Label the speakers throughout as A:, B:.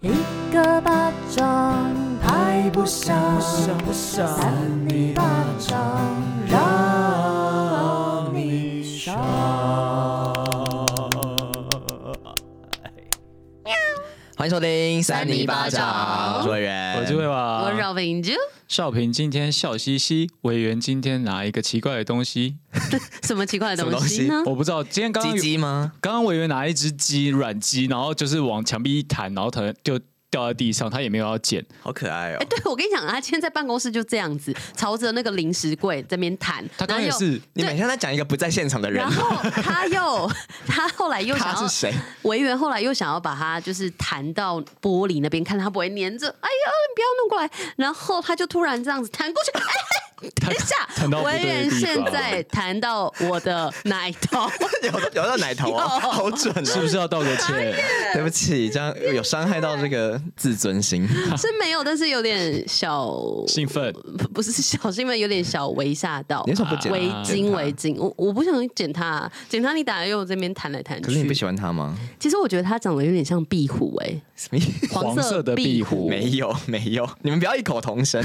A: 一个巴掌拍不响，
B: 不想
A: 扇你巴掌让你爽。
C: 欢迎收听
D: 三尼巴掌
C: 我是委员，
B: 我就会吧。
D: 我绕平就
B: 啊少平今天笑嘻嘻，委员今天拿一个奇怪的东西，
D: 什么奇 怪的
C: 什么
D: 东
C: 东西
D: 西呢？
B: 我不知道。今天刚刚
C: 鸡鸡吗？
B: 刚刚委员拿一只鸡软鸡，然后就是往墙壁一弹，然后可能就掉在地上，他也没有要捡。
C: 好可爱哦
D: 哎，！对，我跟你讲，他今天在办公室就这样 子，朝着那个零食柜这边弹，
B: 他
D: 然
B: 刚刚
D: 后
B: 也
D: 又，
B: 是，
C: 你每天在讲一个不在现场的人
D: 然，后他又， 他后来又
C: 他
D: 想
C: 是
D: 要，
C: 谁？
D: 维园后来又想要把它就是弹到玻璃那边，看他不会粘着。哎呀，你不要弄过来！然后他就突然这样子弹 过去，哎，等一
B: 弹到不对
D: 下，
B: 的
D: 维
B: 地方
D: 园现在弹到我的奶头，
C: 有有到奶头哦，好准
B: 是
C: 哦！
B: 不是要道个歉？
C: 对不起，这样有伤害到这个自尊心。
D: 是没有，但是有点小，
B: 兴奋，
D: 不是小兴奋，有点小微吓到
C: 你为。什么不
B: 啊
C: 剪？
D: 围巾，
C: 剪它
D: 围巾，我我不想剪它，剪它你打又这边弹来弹去。
C: 可是你不喜欢他吗？
D: 其实我觉得它长得有点像壁虎、欸，
C: 什么意思？
B: 黄色的壁
D: 壁
B: 虎
C: 没有没有，你们不要异口同声。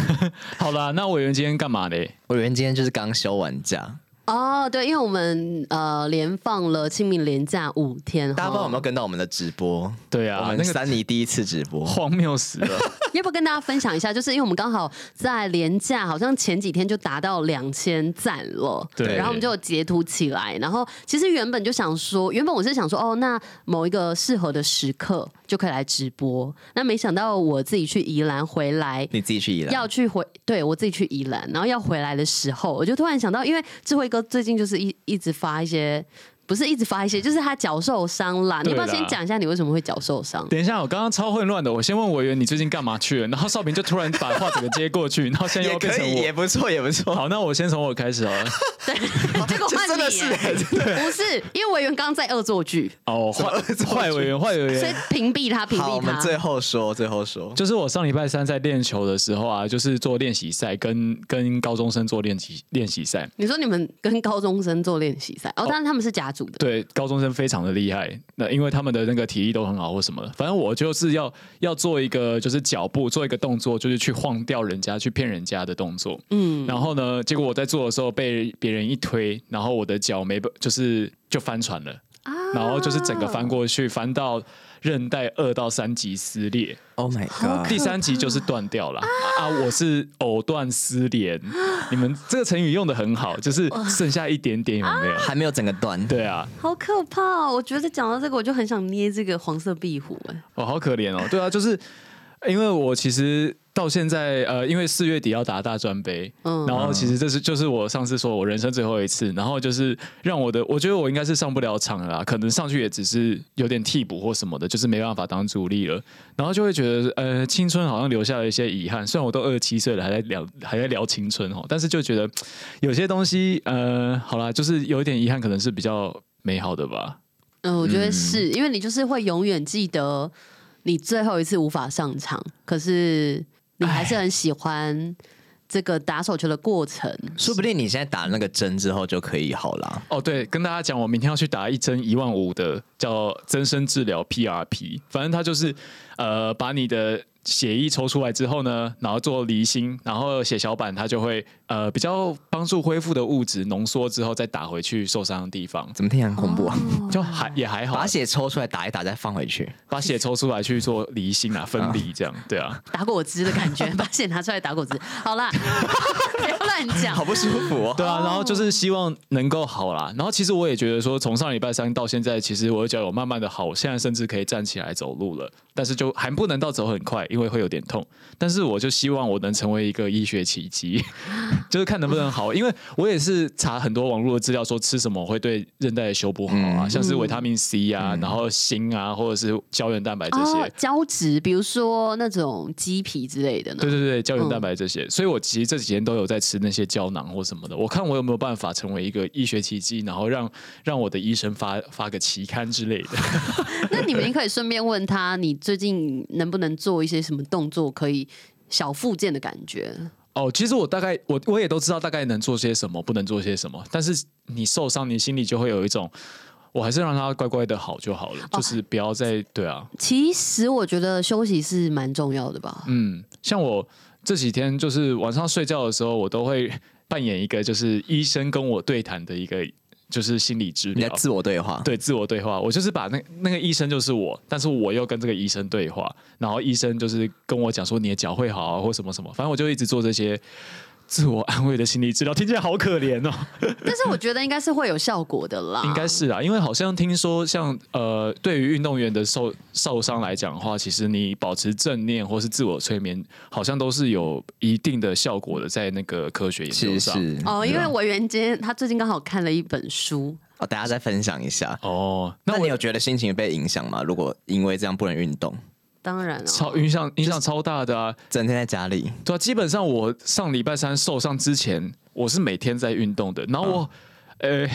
B: 好啦，那委员今天干嘛呢？
C: 我原今天就是刚休完假，
D: 哦，对，因为我们呃连放了清明连假五天，
C: 大家不知道有没有
D: 吼
C: 跟到我们的直播？
B: 对啊
C: 我
B: 那
C: 们
B: 个
C: 三尼第一次直 播，
B: 荒谬死了！
D: 要不要跟大家分享一下？就是因为我们刚好在连假，好像前几天就达到两千赞了，
B: 对
D: 然后我们就有截图起来。然后其实原本就想说，原本我是想说，哦，那某一个适合的时刻就可以来直播。那没想到我自己去宜兰回来，
C: 你自己去宜兰
D: 要，去回，对我自己去宜兰，然后要回来的时候，我就突然想到，因为智慧哥最近就是一一直发一些，不是一直发一些，就是他脚受伤啦。你要不要
B: 对啦
D: 先讲一下你为什么会脚 受伤？
B: 等一下，我刚刚超混乱的，我先问委员你最近干嘛去了，然后少平就突然把话整个接过去，然后现在
C: 也
B: 又变
C: 可
B: 成
C: 以，也
B: 我。
C: 不错，也不错。
B: 好，那我先从我开始好了。
D: 对，这个
C: 这
D: 换
C: 真
D: 你
C: 的是
D: 耶，不是因为委员刚刚在恶作剧，
B: 哦，坏坏委员，坏委
D: 所以
B: 员。
D: 屏蔽他，屏
C: 好，我
D: 蔽
C: 们
D: 他。
C: 最后说，最后说，
B: 就是我上礼拜三在练球的时候啊，就是做练习赛，跟跟高中生做练习练习赛。
D: 你说你们跟高中生做练习赛，哦，但是他们是甲组的，
B: 对，高中生非常的厉害，那因为他们的那个体力都很好或什么的。反正我就是要要做一个就是脚步，做一个动作，就是去晃掉人家，去骗人家的动作。嗯，然后呢，结果我在做的时候被别人一推，然后我的脚没被就是就翻船了，然后就是整个翻过去，翻到韧带二到三级撕裂。
C: Oh my god！
B: 第三集就是断掉了啊我是藕断丝 连，你们这个成语用的很好，就是剩下一点点有没有？
C: 还没有整个断，
B: 对啊，
D: 好可怕、哦！我觉得讲到这个，我就很想捏这个黄色壁虎、哎，
B: 哦，好可怜哦。对啊，就是因为我其实到现在呃，因为四月底要打大专杯，
D: 嗯
B: 然后其实这是就是我上次说我人生最后一次，然后就是让我的，我觉得我应该是上不了场了啦，可能上去也只是有点替补或什么的，就是没办法当主力了，然后就会觉得呃，青春好像留下了一些遗憾。虽然我都二十七岁了，还在聊还在聊青春哦，但是就觉得有些东西呃，好啦，就是有一点遗憾，可能是比较美好的吧。
D: 嗯，我觉得是、因为你就是会永远记得你最后一次无法上场，可是你还是很喜欢这个打手球的过程。
C: 说不定你现在打那个针之后就可以好了。
B: 哦，对，跟大家讲，我明天要去打一针一万五的，叫增生治疗 PRP，反正它就是呃，把你的血液抽出来之后呢，然后做离心，然后血小板它就会呃比较帮助恢复的物质浓缩之后再打回去受伤的地方，
C: 怎么听起来很恐怖啊？
B: 就还也还好啊
C: 把，血抽出来打一打，再放回去。
B: 把血抽出来去做离心啊，分离这样，对啊，
D: 打果汁的感 觉，把血拿出来打果汁。好啦，不要乱讲
C: 好。不舒服哦。
B: 对啊，然后就是希望能够好啦。然后其实我也觉得说，从上礼拜三到现在，其实我的脚有慢慢的好，现在甚至可以站起来走路了，但是就还不能到走很快，因为会有点痛。但是我就希望我能成为一个医学奇迹，就是看能不能好，因为我也是查很多网络的资料，说吃什么会对韧带的修补好啊，像是维他命 C 啊，然后锌啊，或者是胶原蛋白这些。
D: 哦，胶质，比如说那种鸡皮之类的呢
B: 对。对对，胶原蛋白这些，所以我其实这几天都有在吃那些胶囊或什么的。我看我有没有办法成为一个医学奇迹，然后让让我的医生发发个期刊之类的。
D: 那你们可以顺便问他，你最近能不能做一些什么动作，可以小复健的感觉？
B: 哦，其实我大概我我也都知道大概能做些什么，不能做些什么，但是你受伤，你心里就会有一种。我还是让它乖乖的好就好了，就是不要再对啊，
D: 其实我觉得休息是蛮重要的吧。
B: 嗯，像我这几天就是晚上睡觉的时候，我都会扮演一个就是医生跟我对谈的一个就是心理治
C: 你在
B: 疗，
C: 自我对话，
B: 对自我对话，我就是把那那个医生就是我，但是我又跟这个医生对话，然后医生就是跟我讲说你的脚会好啊，或什么什么，反正我就一直做这些自我安慰的心理治疗，听起来好可怜哦。
D: 但是我觉得应该是会有效果的啦，
B: 应该是啊，因为好像听说像呃，对于运动员的受受伤来讲的话，其实你保持正念或是自我催眠，好像都是有一定的效果的，在那个科学研究
C: 是
B: 上。
C: 是
D: 哦，
B: 啊
D: 因为我原今天他最近刚好看了一本书，
C: 哦，大家再分享一下。
B: 哦，
C: 那
B: 那
C: 你
B: 我
C: 有觉得心情被影响吗？如果因为这样不能运动，
D: 当然哦，
B: 超影响影响超大的啊！
C: 整天在家里，
B: 对啊，基本上我上礼拜三受伤之前，我是每天在运动的。
C: 嗯
B: 然后我，呃，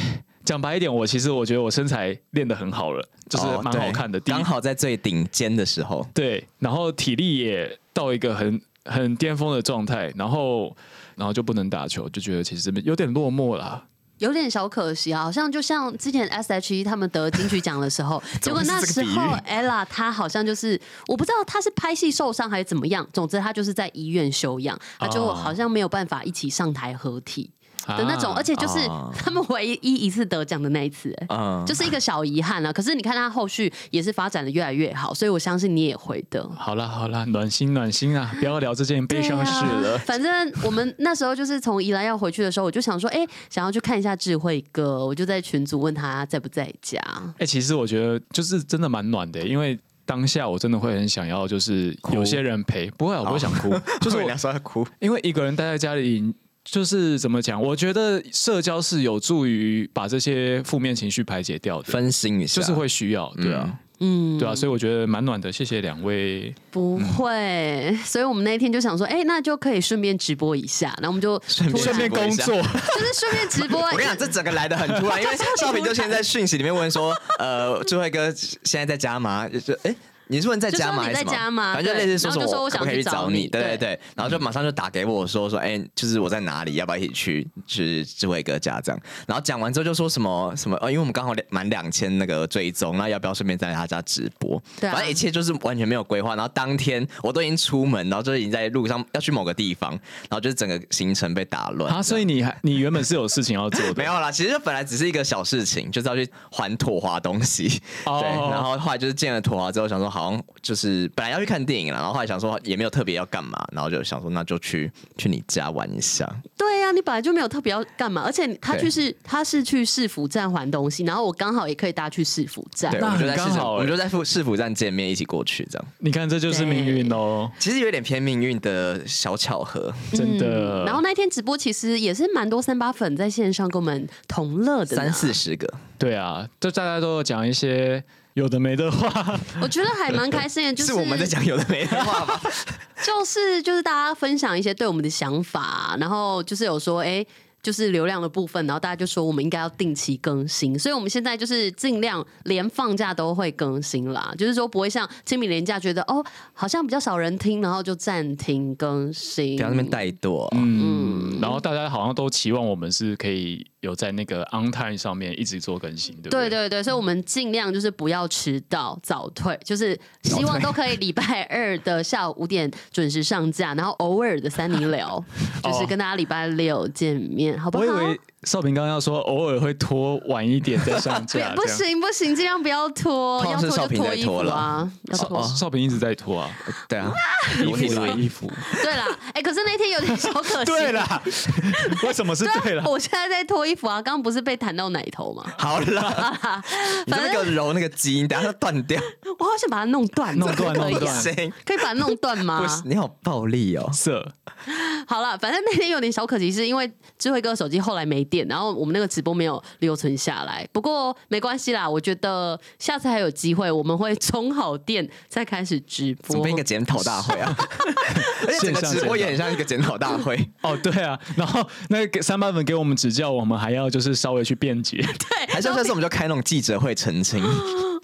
B: 讲白一点，我其实我觉得我身材练得很好了，就是
C: 哦
B: 蛮
C: 对
B: 好看的。第一
C: 刚好在最顶尖的时候，
B: 对，然后体力也到一个很很巅峰的状态，然后然后就不能打球，就觉得其实这边有点落寞啦。
D: 有点小可惜啊，好像就像之前 S.H.E 他们得金曲奖 的时候，结果那时候 ella 她好像就是我不知道她是拍戏受伤还是怎么样，总之她就是在医院休养，她就
B: 哦
D: 好像没有办法一起上台合体的那种，
B: 啊
D: 而且就是
C: 哦
D: 他们唯一一次得奖的那一次、哎
C: 嗯，
D: 就是一个小遗憾啊。可是你看她后续也是发展的越来越好，所以我相信你也会的。
B: 好啦好啦，暖心暖心 啊！不要聊这件悲
D: 对啊
B: 伤
D: 呀，
B: 事 了。
D: 反正我们那时候就是从宜兰要回去的时候，我就想说，哎、想要去看一下智慧哥，我就在群组问他在不在家。
B: 哎、其实我觉得就是真的蛮暖的，因为当下我真的会很想要，就是有些人陪，不会啊，我不会想 哭，就是
C: 我
B: 我
C: 俩说要哭，
B: 因为一个人待在家里，就是怎么讲？我觉得社交是有助于把这些负面情绪排解掉的，
C: 分心一下，
B: 就是会需要，对啊，
D: 嗯，
B: 对啊，所以我觉得蛮暖的，谢谢两位。
D: 不
C: 嗯
D: 会。所以我们那一天就想说，哎、那就可以顺便直播一下。然后我们就
C: 顺便
D: 突然
C: 顺便 工作
D: 就是顺便直播。哎
C: 我跟你讲，这整个来的很突 然，因为少平就先在讯息里面问说，呃，智慧哥现在在家吗？就是哎。你是问在家吗？
D: 就说
C: 还
D: 你
C: 是什么
D: 在家吗
C: 反正就类似说
D: 对然后就说
C: 说，
D: 我
C: 可
D: 想
C: 不可以
D: 去找
C: 找
D: 你
C: 你？对
D: 对
C: 对对，然后就马上就打给我说说，哎，就是我在哪里，要不要一起去？去智慧哥家这样。然后讲完之后就说什么什么，呃，因为我们刚好两满两千那个追踪，那要不要顺便在他家直播？
D: 对啊
C: 反正一切就是完全没有规划。然后当天我都已经出门，然后就已经在路上要去某个地方，然后就是整个行程被打 乱。
B: 啊，所以你还你原本是有事情要做的，
C: 没有啦，其实本来只是一个小事情，就是要去还妥华东西。
B: 哦
C: 对，然后后来就是见了妥华之后，想说好像就是本来要去看电影了，然后后来想说也没有特别要干嘛，然后就想说那就去去你家玩一下。
D: 对呀、啊你本来就没有特别要干嘛，而且他去是他是去市府站还东西，然后我刚好也可以搭去市府站。
C: 对，
B: 那
C: 我们就
B: 很
C: 在市
B: 刚
C: 府，
B: 好欸
C: 我们就在市市府站见面，一起过去这样。
B: 你看这就是命运哦，
C: 其实有点偏命运的小巧合，
B: 真的。
D: 嗯然后那一天直播其实也是蛮多三八粉在线上跟我们同乐的呢，啊
C: 三四十个，
B: 对啊，就大家都有讲一些有的没的话，
D: 我觉得还蛮开心的，就 是
C: 是我们在讲有的没的 话吧？
D: 就是就是大家分享一些对我们的想法，啊然后就是有说，哎、就是流量的部分，然后大家就说我们应该要定期更新，所以我们现在就是尽量连放假都会更新啦，就是说不会像清明连假觉得哦好像比较少人听，然后就暂停更新
C: 不。要那边怠惰。
B: 嗯，然后大家好像都期望我们是可以有在那个 on time 上面一直做更新，对不
D: 对
B: 对？
D: 对对，所以我们尽量就是不要迟到、早退，就是希望都可以礼拜二的下午五点准时上架，然后偶尔的三零聊，就是跟大家礼拜六见面，好不好？
B: 我以为少平刚刚要说偶尔会拖晚一点再上架，
D: 不
B: 啊这样。
D: 行不行，尽量不要拖，
C: 通
D: 要
C: 常是
D: 拖
C: 少
D: 就
C: 平
D: 脱
C: 在
D: 衣服
C: 拖了
D: 啊，要
B: 少
D: 脱。
B: 哦少平一直在拖啊，
C: 对 啊，
B: 衣
C: 我也
B: 服
C: 是
B: 啦衣服，
D: 对啦，哎，可是那天有点小可惜。
B: 对，啦，为什么是对啦？
C: 啊
D: 我现在在脱衣服啊，刚刚不是被弹到奶头吗？
C: 好了， 你这么给我揉那个筋，等一下它断掉，
D: 我好想把它弄断，
B: 弄断
D: 可
B: 弄
D: 以啊
C: 不
B: 断
C: 行。
D: 可以把它弄断吗
C: 不？是，你好暴力哦！
B: 色
D: 好了，反正那天有点小可惜，是因为智慧哥手机后来没电，然后我们那个直播没有留存下来。不过没关系啦，我觉得下次还有机会，我们会充好电再开始直
C: 怎么
D: 播
C: 变一。个检讨大会 啊？而且整个直播也很像一个检讨大会，
B: 哦，对啊，然后那个三八粉给我们指教，我们还要就是稍微去辩解，
D: 哎
C: 还是下次我们就开那种记者会澄清，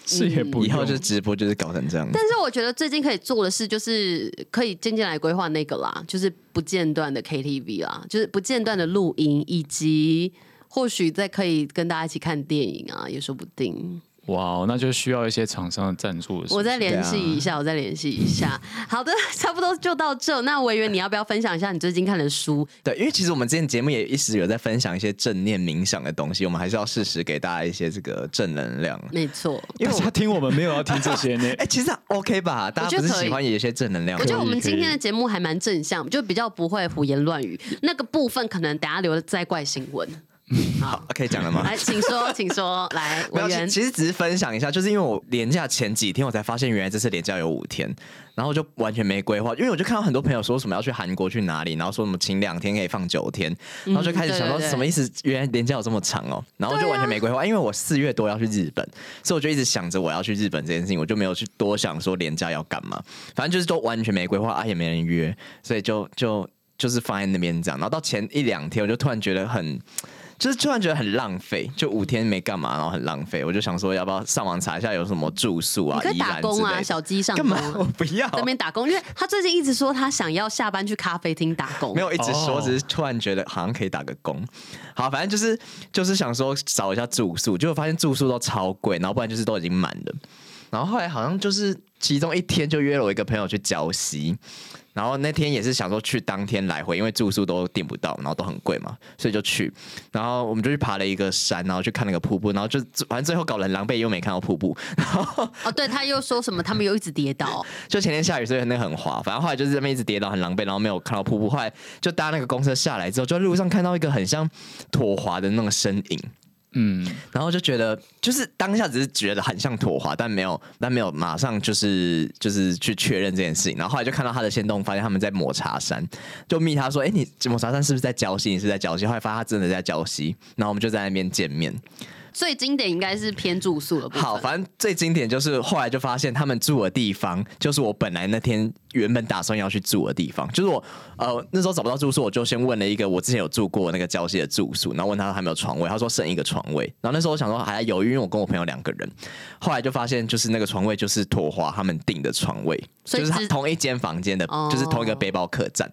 B: 是也不
C: 以后
B: 用
C: 就直播就是搞成这样。
D: 但是我觉得最近可以做的事，就是可以渐渐来规划那个啦，就是不间断的 KTV 啦，就是不间断的录音以及。或许再可以跟大家一起看电影啊，也说不定。
B: 哇，那就需要一些厂商的赞助了。是不是
D: 我再联系一下，我再联系一下。好的，差不多就到这。那维园，你要不要分享一下你最近看的书？
C: 对，因为其实我们之前节目也一直有在分享一些正念冥想的东西，我们还是要适时给大家一些这个正能量。
D: 没错，
C: 因为我
B: 大家听我们没有要听这些呢
C: 哎、。其实 OK 吧，大家不是喜欢有一些正能量吗？
D: 我觉得我们
B: 可以
D: 今天的节目还蛮正向，就比较不会胡言乱语。那个部分可能等下留在怪新闻。
C: 好，可以讲了吗？
D: 来，请说，请说，来，
C: 没
D: 委
C: 有，
D: 员
C: 其，其实只是分享一下，就是因为我连假前几天我才发现，原来这次连假有五天，然后就完全没规划，因为我就看到很多朋友说什么要去韩国去哪里，然后说什么请两天可以放九天，然后就开始想
D: 嗯对
C: 说
D: 对对啊
C: 什么意思？原来连假有这么长哦，然后就完全没规划，因为我四月多要去日本，所以我就一直想着我要去日本这件事情，我就没有去多想说连假要干嘛，反正就是都完全没规划啊，也没人约，所以就就就是放在那边这样，然后到前一两天我就突然觉得很。就是突然觉得很浪费，就五天没干嘛，然后很浪费。我就想说，要不要上网查一下有什么住宿啊
D: 你、可以
C: 宜
D: 打
C: 兰之
D: 工啊，
C: 类的？
D: 小鸡上
C: 干嘛
D: 工啊、？
C: 我不要。
D: 在那边打工，因为他最近一直说他想要下班去咖啡厅打工。
C: 没有一直说，
B: 哦
C: 只是突然觉得好像可以打个工。好，反正就是就是想说找一下住宿，结果发现住宿都超贵，然后不然就是都已经满了。然后后来好像就是其中一天就约了我一个朋友去礁溪，然后那天也是想说去当天来回，因为住宿都订不到，然后都很贵嘛，所以就去。然后我们就去爬了一个山，然后去看那个瀑布，然后就反正最后搞得很狼狈，又没看到瀑布。然后
D: 哦，对，他又说什么？他们又一直跌倒，
C: 就前天下雨，所以那个很滑。反正后来就是这边一直跌倒，很狼狈，然后没有看到瀑布。后来就搭那个公车下来之后，就在路上看到一个很像妥华的那种身影，
B: 嗯，
C: 然后就觉得就是当下只是觉得很像妥华，但没有但没有马上就是就是去确认这件事情。然后后来就看到他的行动，发现他们在抹茶山，就密他说：“哎、你抹茶山是不是在礁溪？你是不是在礁溪？”后来发现他真的在礁溪，然后我们就在那边见面。
D: 最经典应该是偏住宿的部分。
C: 好，反正最经典就是后来就发现他们住的地方，就是我本来那天原本打算要去住的地方，就是我呃那时候找不到住宿，我就先问了一个我之前有住过那个礁溪的住宿，然后问他还没有床位，他说剩一个床位，然后那时候我想说还在犹豫，因为我跟我朋友两个人，后来就发现就是那个床位就是拓华他们订的床位，
D: 所以
C: 就是他
D: 只
C: 同一间房间的，
D: 哦
C: 就是同一个背包客栈。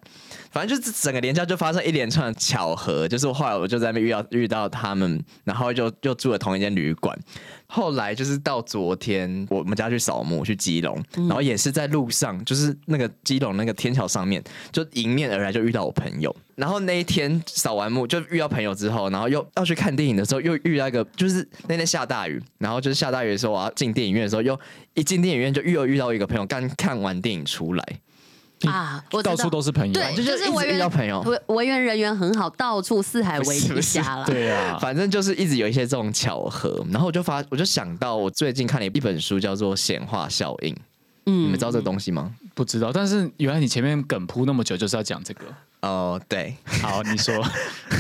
C: 反正就是整个廉价就发生一连串的巧合，就是后来我就在那边遇到遇到他们，然后就就住了同一间旅馆。后来就是到昨天，我们家去扫墓去基隆，然后也是在路上，就是那个基隆那个天桥上面，就迎面而来就遇到我朋友。然后那一天扫完墓就遇到朋友之后，然后又要去看电影的时候又遇到一个，就是那天下大雨，然后就是下大雨的时候我要进电影院的时候，又一进电影院就又遇到一个朋友刚看完电影出来，
D: 啊，我知道
B: 到处都是朋友。
D: 对，
C: 就
D: 就是是
C: 一直
D: 维
C: 遇到
D: 园
C: 朋友
D: 维维园人员很好，到处四海 为
C: 不是
D: 天
C: 不是
D: 下啦。
B: 对啊，
C: 反正就是一直有一些这种巧合，然后我就发，我就想到我最近看了一本书，叫做《显化效应》，你们
D: 嗯
C: 知，道这个东西吗？
B: 不知道。但是原来你前面梗铺那么久，就是要讲这个。
C: 哦、对，
B: 好，你 说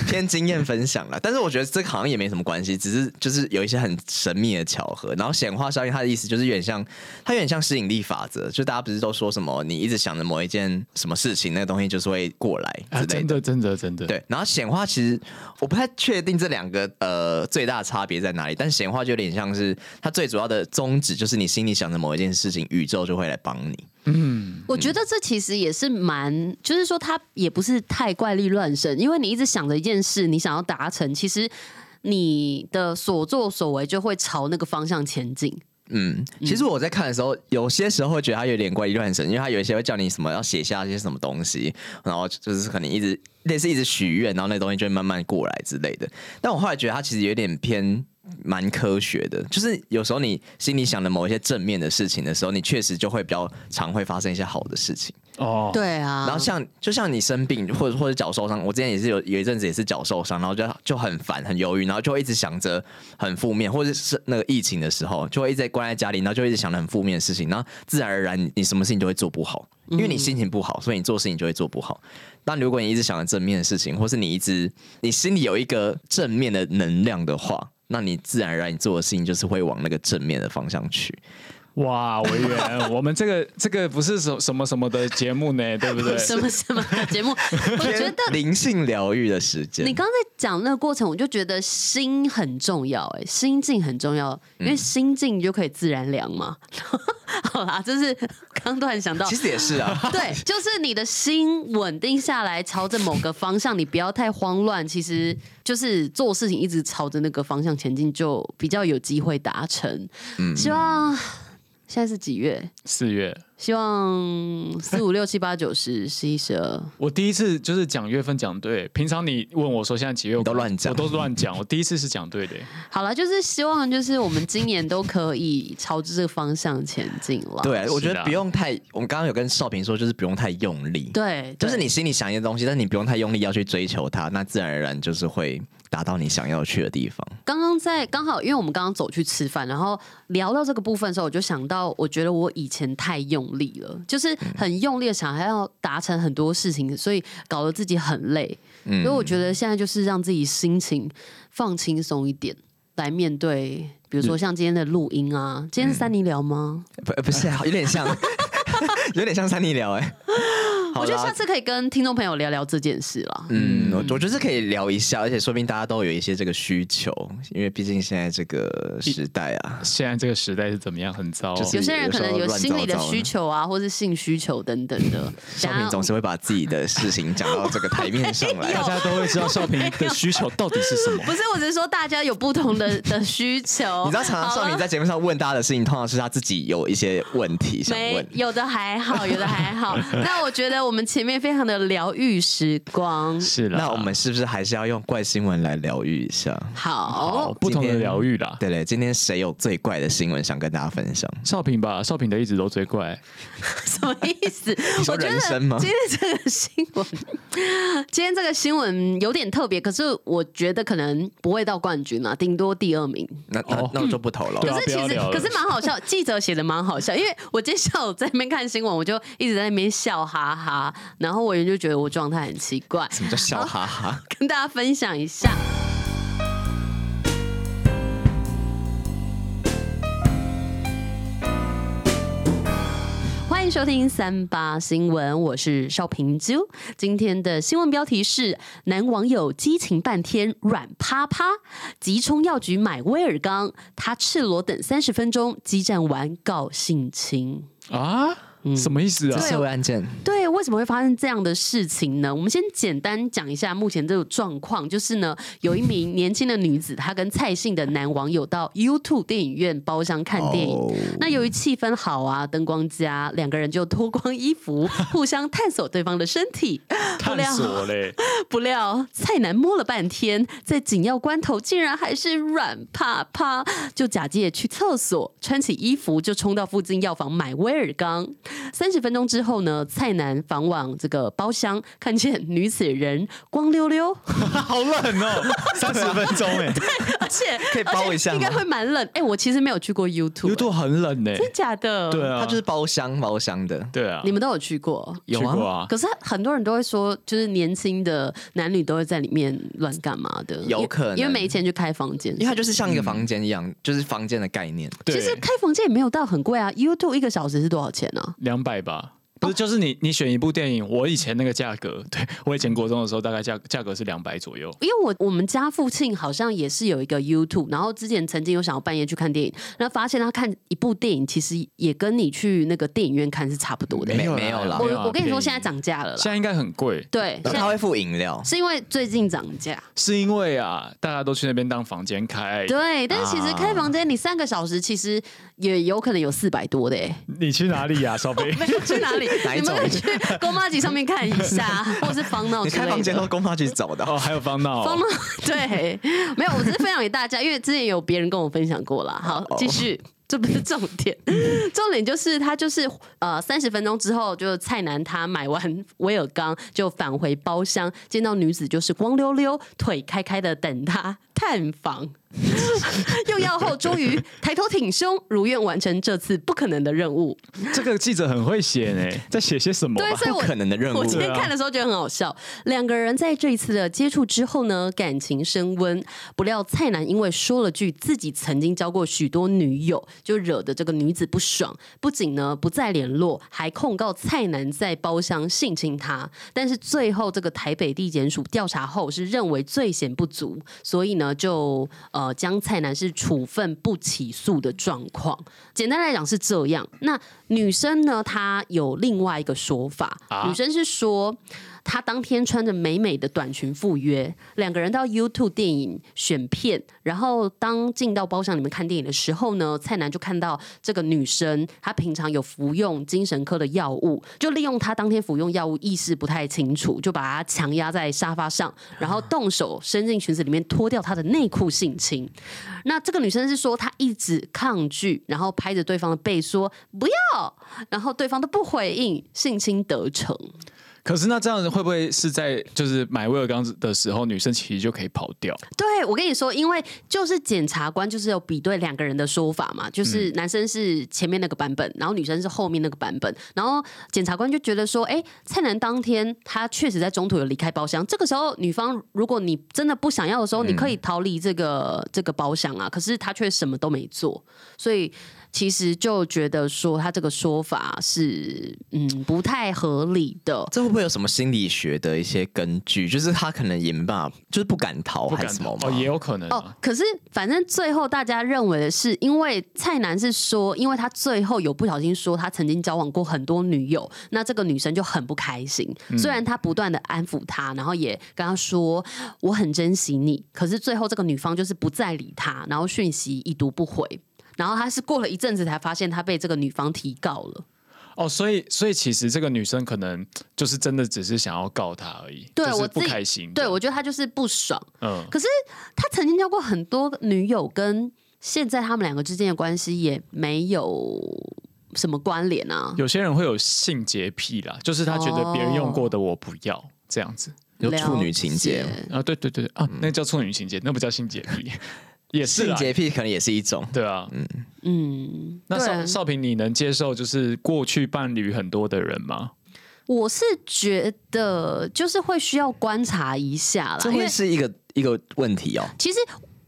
C: 偏经验分享了，但是我觉得这个好像也没什么关系，只是就是有一些很神秘的巧合。然后显化效应，它的意思就是有点像，它有点像吸引力法则，就大家不是都说什么，你一直想着某一件什么事情，那个东西就是会过来之
B: 啊，
C: 类
B: 真的，真的，真的，，
C: 对，然后显化其实我不太确定这两个呃最大的差别在哪里，但显化就有点像是它最主要的宗旨就是你心里想着某一件事情，宇宙就会来帮你。
B: 嗯，
D: 我觉得这其实也是蛮，就是说他也不是太怪力乱神，因为你一直想着一件事，你想要达成，其实你的所作所为就会朝那个方向前进。
C: 嗯，其实我在看的时候，有些时候会觉得它有点怪力乱神，因为它有一些会叫你什么要写下一些什么东西，然后就是可能一直类似一直许愿，然后那东西就会慢慢过来之类的。但我后来觉得它其实有点偏。蛮科学的，就是有时候你心里想的某一些正面的事情的时候，你确实就会比较常会发生一些好的事情。
B: 哦，
D: 对啊，
C: 然后像就像你生病或者或者脚受伤，我之前也是有有一阵子也是脚受伤，然后就就很烦很忧郁，然后就会一直想着很负面，或者是那个疫情的时候，就会一直在关在家里，然后就会一直想着很负面的事情，然后自然而然你你什么事情就会做不好，因为你心情不好，所以你做事情就会做不好。但如果你一直想着正面的事情，或是你一直你心里有一个正面的能量的话，那你自然而然你做的事情就是会往那个正面的方向去。
B: 哇，委 员，我们这个这个不是什什么什么的节目呢，对不对？
D: 什么什么的节目， 我觉得
C: 灵性疗愈的时间，
D: 你刚才讲那个过程，我就觉得心很重要、哎，心境很重要，
C: 嗯
D: 因为心境就可以自然凉嘛。 好啦，就是 刚突然想到
C: 其，实也是 啊，
D: 对，就是你的心稳定下来，朝着某个方向，你不要太慌乱。其实就是做事情一直朝着那个方向前进，就比较有机会达成。
C: 嗯
D: 希望现在是几月？
B: 四月，
D: 希望四五六七八九十十一十二。
B: 我第一次就是讲月份讲对，平常你问我说现在几月，我
C: 你都乱讲
B: 我都乱讲，我第一次是讲对的。
D: 好了，就是希望就是我们今年都可以朝着这个方向前进了。
C: 对，我觉
B: 是
C: 得
B: 啊
C: 不用太，我们刚刚有跟少平说，就是不用太用力，
D: 对，
C: 就是
D: 对
C: 你心里想一些东西，但你不用太用力要去追求它，那自然而然就是会达到你想要去的地方。
D: 刚刚在刚好，因为我们刚刚走去吃饭，然后聊到这个部分的时候，我就想到，我觉得我以前太用力了，就是很用力的想还要达成很多事情，所以搞得自己很累。
C: 嗯
D: 所以我觉得现在就是让自己心情放轻松一点，来面对，
C: 嗯
D: 比如说像今天的录音啊，今天是三尼聊吗？
C: 不，不是、啊，有点像， 有点像三地聊哎、好
D: 我觉得
C: 啦
D: 下，次可以跟听众朋友聊聊这件事啦。
C: 嗯，我我觉得是可以聊一下，而且说不定大家都有一些这个需求，因为毕竟现在这个时代啊，
B: 现在这个时代是怎么样？很糟哦、
C: 就是
D: 有些人可能有心理
C: 有时候乱
D: 的
C: 糟糟的
D: 需求啊，或是性需求等等的。
C: 少
D: 等
C: 平
D: 下
C: 总是会把自己的事情讲到这个台面上来
D: 没。 有啊
B: 大家都会知道少平的需求到底是什么。
D: 不是，我只是说大家有不 同的的需求。
C: 你知道，常常少平在节目上问大家的事情，通常是他自己有一些问题想
D: 没
C: 问。
D: 有的还好，有的还 好。那我觉得我们前面非常的疗愈时光，
B: 是啦，
C: 那我们是不是还是要用怪新闻来疗愈一下？
D: 啊
B: 好
D: 好。
B: 哦不同
C: 今
B: 的
C: 天
B: 疗愈啦。
C: 对对，今天谁有最怪的新闻想跟大家分享？
B: 少平吧，少平的一直都最怪。
D: 什么 意思？
C: 说
D: 我觉得
C: 人生吗
D: 今天这个新闻，今天这个新闻有点特别，可是我觉得可能不会到冠军啊，顶多第二名。
C: 那那、
B: 哦
C: 那我就不投了。
B: 对啊
D: 可是其
B: 不要
D: 实
B: 聊了
D: 可是蛮好笑，记者写的蛮好笑，因为我今天下午在那边看新闻，我就一直在那边笑哈哈，然后我人就觉得我状态很奇怪，
C: 什么叫笑哈哈？
D: 跟大家分享一下。欢迎收听三八新闻，我是邵平啾。今天的新闻标题是：男网友激情半天软趴趴，急冲药局买威尔刚，他赤裸等三十分钟，激战完告性侵。
B: 啊？
D: 嗯
B: 什么意思啊？
C: 社会案件，
D: 对，为什么会发生这样的事情呢？我们先简单讲一下目前这个状况，就是呢，有一名年轻的女子，她跟蔡姓的男网友到 YouTube 电影院包厢看电影。
C: 哦
D: 那由于气氛好啊，灯光佳，两个人就脱光衣服，互相探索对方的身体。不
B: 探
D: 料，
B: 索嘞，
D: 不料蔡男摸了半天，在紧要关头竟然还是软趴趴，就假借去厕所，穿起衣服就冲到附近药房买威尔刚。三十分钟之后呢，蔡男返往这个包厢，看见女此人光溜溜，
B: 好冷哦，
D: 啊
B: 三十分钟 哎
D: 而且
C: 可以包一下
D: 而
C: 吗
D: 且应该会蛮冷。哎、我其实没有去过 YouTube，,
B: ，YouTube 很冷哎。
D: 真假的？
B: 对啊，
C: 它就是包厢包厢的，
B: 对啊
D: 你，们都有去过。
C: 有
B: 去过
C: 啊，
B: 啊，
D: 可是很多人都会说，就是年轻的男女都会在里面乱干嘛的，
C: 有可能
D: 因为没钱去开房间，
C: 因为它就是像一个房间一样，
D: 嗯
C: 就是房间的概念。
B: 对
D: 其实开房间也没有到很贵啊，YouTube 一个小时是多少钱呢、啊？
B: 两百吧。
C: 哦
B: 不是，就是你，你选一部电影，我以前那个价格，对 我以前国中的时候，大概价价格是两百左右。
D: 因为我我们家附近好像也是有一个 YouTube，然后之前曾经有想要半夜去看电影，然后发现他看一部电影其实也跟你去那个电影院看是差不多的。
C: 没有没有啦
D: 我
B: 没有啊
D: 我跟你
B: 便宜
D: 说，现在涨价
B: 现
D: 了啦，
B: 在应该很贵，
D: 对，
C: 然后
D: 现
C: 它
D: 在
C: 会附饮料，
D: 是因为最近涨价。
B: 是因为啊，大家都去那边当房间开。
D: 对，但是其实
C: 啊
D: 开房间你三个小时，其实也有可能有四百多的、欸。
B: 你去哪里 呀、少飞？
D: 没有去哪里？
C: 啊哪一
D: 你
C: 种
D: 们可以去公妈集上面看一下， 或者是防闹
C: 你
D: 哦之类
C: 开
D: 的。
C: 房间都公发局找的。
B: 哦，还有方闹、
D: 疯
B: 哦
D: 了，， 对，没有，我只是分享给大家，因为之前有别人跟我分享过啦。好，继续。这不是重点，重点就是他就是呃，三十分钟之后，就蔡楠他买完威尔刚就返回包厢，见到女子就是光溜溜、腿开开的等他探访。用药后终于抬头挺胸，如愿完成这次不可能的任务。
B: 这个记者很会写呢，在写些什么啊、
D: 对，所以
C: 不
D: 我
C: 可能的任务啊
D: 我今天看的时候觉得很好笑。两个人在这一次的接触之后呢，感情升温。不料蔡楠因为说了句自己曾经交过许多女友，就惹得这个女子不爽，不仅呢不再联络，还控告蔡楠在包厢性侵她。但是最后这个台北地检署调查后是认为罪嫌不足，所以呢就呃将蔡楠是处分不起诉的状况。简单来讲是这样。那女生呢，她有另外一个说法，
B: 啊
D: 女生是说。她当天穿着美美的短裙赴约，两个人到 YouTube 电影选片，然后当进到包厢里面看电影的时候呢，蔡楠就看到这个女生，她平常有服用精神科的药物，就利用她当天服用药物意识不太清楚，就把她强压在沙发上，然后动手伸进裙子里面脱掉她的内裤性侵。那这个女生是说她一直抗拒，然后拍着对方的背说不要，然后对方都不回应，性侵得逞。
B: 可是那这样子会不会是在就是买威尔刚的时候，女生其实就可以跑掉？
D: 对，我跟你说，因为就是检察官就是有比对两个人的说法嘛，就是男生是前面那个版本，然后女生是后面那个版本，然后检察官就觉得说，哎，蔡楠当天他确实在中途有离开包厢，这个时候女方如果你真的不想要的时候，你可以逃离这个这个包厢啊，可是他却什么都没做，所以。其实就觉得说他这个说法是嗯不太合理的，
C: 这会不会有什么心理学的一些根据？就是他可能也没办法，就是不敢逃
B: 不
C: 还
B: 敢
C: 是什么
B: 哦，
C: 吗
B: 也有可能、啊、
D: 哦，可是反正最后大家认为的是，因为蔡楠是说，因为他最后有不小心说他曾经交往过很多女友，那这个女生就很不开心。虽然他不断的安抚她，然后也跟她说我很珍惜你，可是最后这个女方就是不再理他，然后讯息已读不回。然后他是过了一阵子才发现他被这个女方提告了。
B: 哦，所以所以其实这个女生可能就是真的只是想要告他而已，
D: 对
B: 就是
D: 我自
B: 不
D: 己
B: 开心，
D: 对，我觉得他就是不爽。
B: 嗯，
D: 可是他曾经交过很多女友，跟现在他们两个之间的关系也没有什么关联啊。
B: 有些人会有性洁癖啦，就是他觉得别人用过的我不要这样子
C: 有处女情节
D: 了解，
B: 啊，对对对啊，那叫处女情节，那不叫性洁 癖，也是
C: 性
B: 啦，
C: 洁癖可能也是一种。
B: 对啊。
D: 嗯，
B: 那少
D: 对
B: 少平，你能接受就是过去伴侣很多的人吗？
D: 我是觉得就是会需要观察一下啦，
C: 这
D: 因
C: 会
D: 为
C: 是一个一个问题哦。
D: 其实。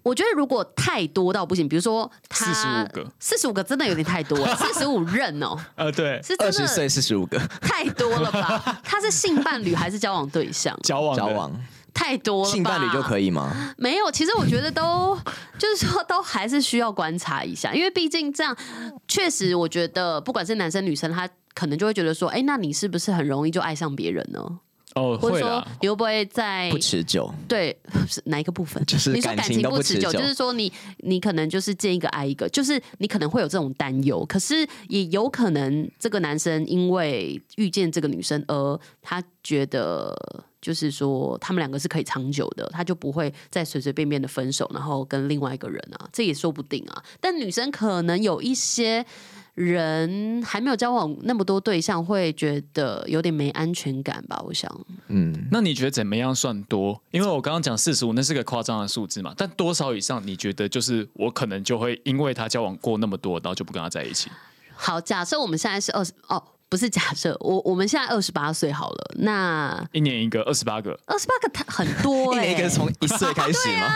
D: 我觉得如果太多到不行，比如说他
B: 45个，
D: 四十五个真的有点太多了，四十五任哦，
B: 呃，对，
D: 是
C: 二
D: 真
C: 十岁
D: 的
C: 四十五个
D: 太多了吧？他是性伴侣还是交往对象？
B: 交往的
C: 交往，
D: 太多了吧，
C: 性伴侣就可以吗？
D: 没有，其实我觉得都就是说都还是需要观察一下，因为毕竟这样确实，我觉得不管是男生女生，他可能就会觉得说，哎、那你是不是很容易就爱上别人呢？
B: 哦，
D: 或者
B: 会
D: 说
B: 啦，
D: 你会不会在
C: 不持久，
D: 对 是哪一个部分？
C: 就是
D: 你说
C: 感
D: 感
C: 情
D: 情
C: 都不
D: 不持
C: 持
D: 久，
C: 久
D: 就是说你你可能就是见一个爱一个，就是你可能会有这种担忧，可是也有可能这个男生因为遇见这个女生而他觉得。就是说，他们两个是可以长久的，他就不会再随随便便的分手，然后跟另外一个人啊，这也说不定啊。但女生可能有一些人还没有交往那么多对象，会觉得有点没安全感吧？我想，
C: 嗯，
B: 那你觉得怎么样算多？因为我刚刚讲四十五，那是个夸张的数字嘛。但多少以上，你觉得就是我可能就会因为他交往过那么多，然后就不跟他在一起？
D: 好，假设我们现在是二十哦，不是假设，我我们现在二十八岁好了，那
B: 一年一个，二十八个，
D: 二十八个它很 多、
C: 一
D: 欸，
C: 年一个从一岁开始吗？
D: 啊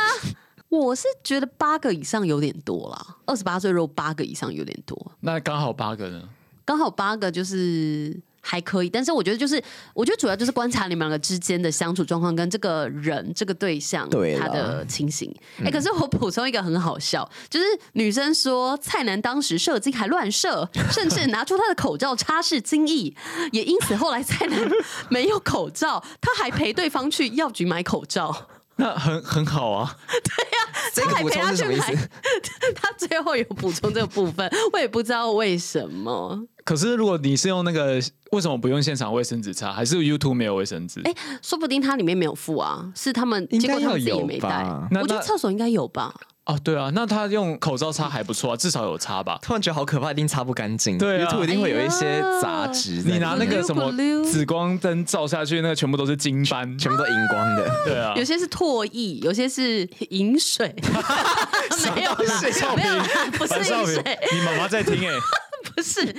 D: 我是觉得八个以上有点多啦，二十八岁如果八个以上有点多，
B: 那刚好八个呢？
D: 刚好八个就是。还可以，但是我觉得就是，我觉得主要就是观察你们两个之间的相处状况，跟这个人、这个对象
C: 对啦嗯
D: 他的情形。哎、可是我补充一个很好笑，就是女生说蔡楠当时射精还乱射， 甚至拿出他的口罩擦拭精液，也因此后来蔡楠没有口罩，他还陪对方去药局买口罩，
B: 那很很好啊。
C: 这个
D: 还
C: 补
D: 陪
C: 充
D: 他
C: 是
D: 去
C: 什么意
D: 买
C: 思？。
D: 他最后有补充这个部分，我也不知道为什么。
B: 可是如果你是用那个，为什么不用现场卫生纸擦？还是 YouTube 没有卫生纸？
D: 哎、说不定它里面没有附啊，是他们
C: 应
D: 结
C: 该
D: 果他
C: 要
D: 们自己也
C: 有
D: 没带
C: 吧。
B: 那
D: 我觉得
B: 那
D: 厕所应该有吧。
B: 哦，对啊，那他用口罩擦还不错啊，至少有擦吧。
C: 突然觉得好可怕，一定擦不干净。
B: 对啊
C: 因为兔一定会有一些杂质在里
B: 你
C: 面。
B: 拿那个什么紫光灯照下去，那个全部都是金斑。
C: 全部都荧光的，
B: 对啊
D: 有，些是唾液，有些是饮 水，没有啦，啊没有啦，不是
B: 樊少平
D: 饮水，
B: 你妈妈在听 哎、
D: 不是，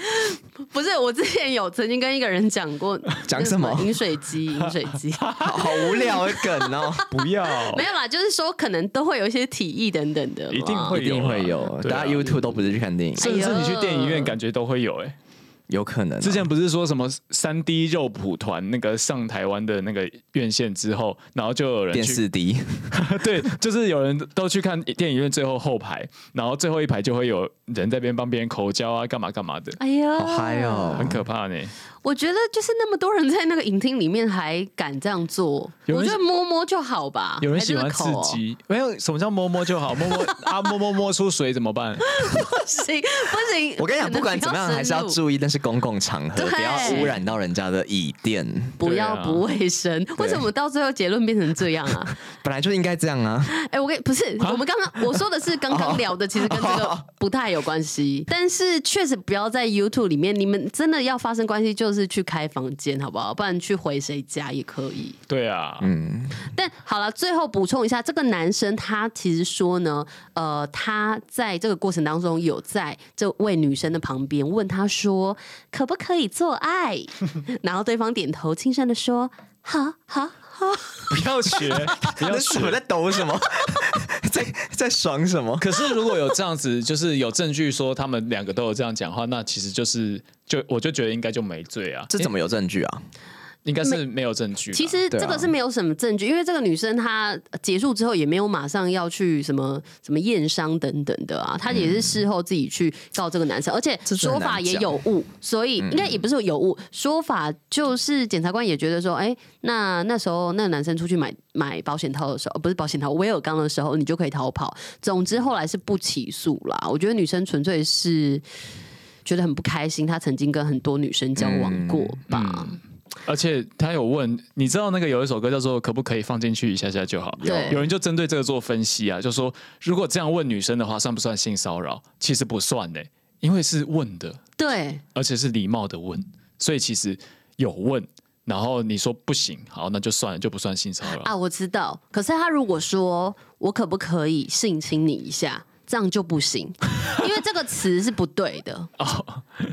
D: 不是。我之前有曾经跟一个人讲过，
C: 讲什么
D: 那个饮水机，饮水 机，
C: 好好无聊的梗哦。
B: 不要，
D: 没有啦，就是说可能都会有一些体液等等的嘛，
B: 一定会
C: 一定会有，
B: 对啊
C: 大家 YouTube 都不是去看电影，
B: 甚至你去电影
D: 哎
B: 院，
D: 呦
B: 感觉都会有哎、
C: 有可能啊、
B: 之前不是说什么三 D 肉蒲团那个上台湾的那个院线之后，然后就有人
C: 变
B: 去，
C: 四 D，
B: 对，就是有人都去看电影院最后后排，然后最后一排就会有人在边帮别人口交啊，干嘛干嘛的，
D: 哎呀，
C: 好嗨！
B: 很
C: 哦！
B: 可怕呢。
D: 我觉得就是那么多人在那个影厅里面还敢这样做，
B: 有
D: 我
B: 人
D: 觉得摸摸就好吧。
B: 有人
D: 还是
B: 喜
D: 会
B: 欢刺
D: 口哦，
B: 激，没有什么叫摸摸就好，摸摸啊摸摸摸出水怎么办？
D: 不行不行。
C: 我跟你讲，
D: 可能
C: 不管怎么样，
D: 深入
C: 还是要注意，但是公共场合
D: 对
C: 不要污染到人家的椅垫，
D: 不
B: 对
D: 要
B: 啊
D: 不卫生。为什么到最后结论变成这样 啊？
C: 本来就应该这样啊。
D: 哎、我跟不是我们刚刚我说的是刚刚聊的，其实跟这 个不太有关系。但是确实不要在 YouTube 里面，你们真的要发生关系，就是去开房间好不好？不然去回谁家也可以。
B: 对啊，
C: 嗯，
D: 但好了，最后补充一下，这个男生他其实说呢，呃，他在这个过程当中有在这位女生的旁边问她说，可不可以做爱？ 然后对方点头，轻声的说，好好。
B: 不要学， 不要
C: 那
B: 学
C: 什。么在抖什么， 在在爽什么？
B: 可是如果有这样子，就是有证据说他们两个都有这样讲话，那其实就是就我就觉得应该就没罪啊，
C: 这怎
B: 么
C: 么有证据啊？
B: 应该是没有证据啦。
D: 其实
C: 对啊
D: 这个是没有什么证据，因为这个女生她结束之后也没有马上要去什么什么验伤等等的啊，她也是事后自己去告这个男生，而且
C: 嗯这真的
D: 说
C: 很难嗯
D: 法也有误，所以应该也不是有误，说法就是检察官也觉得说，哎、那那时候那个男生出去买买保险套的时候，呃不是保险套，威尔刚的时候，你就可以逃跑。总之后来是不起诉啦，我觉得女生纯粹是。觉得很不开心，她曾经跟很多女生交往过
C: 嗯
D: 吧？
B: 而且他有问，你知道那个有一首歌叫做《可不可以放进去一下下就好》，
D: 对
B: 有人就针对这个做分析啊，就说如果这样问女生的话，算不算性骚扰？其实不算呢、因为是问的，
D: 对，
B: 而且是礼貌的问，所以其实有问，然后你说不行，好，那就算了，就不算性骚扰。
D: 啊，我知道。可是他如果说我可不可以性侵你一下，这样就不行， 因为这个词是不对的。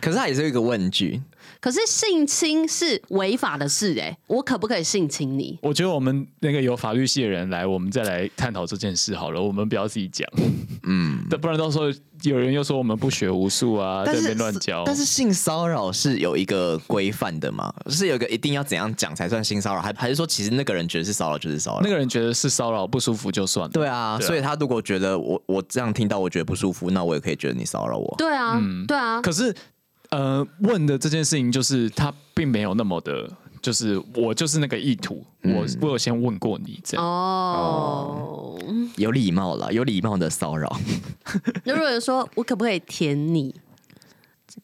C: 可是它也是一个问句，
D: 可是性侵是违法的事、欸，我可不可以性侵你？
B: 我觉得我们那个有法律系的人来，我们再来探讨这件事好了。我们不要自己讲，嗯， 但不然到时候有人又说我们不学无术啊，在
C: 但
B: 那
C: 是
B: 边乱教。
C: 但是性骚扰是有一个规范的嘛？是有一个一定要怎样讲才算性骚扰，还还是说其实那个人觉得是骚扰就是骚扰？
B: 那个人觉得是骚扰，不舒服就算了。
C: 对啊，
B: 对啊
C: 所以他如果觉得我我这样听到我觉得不舒服，那我也可以觉得你骚扰我。
D: 对啊，对啊，
B: 可是呃，问的这件事情就是他并没有那么的，就是我就是那个意图，我
C: 嗯
B: 我有先问过你这样。
D: 哦。
C: 有礼貌了，有礼貌的 骚扰，
D: 那如果有说我可不可以舔你？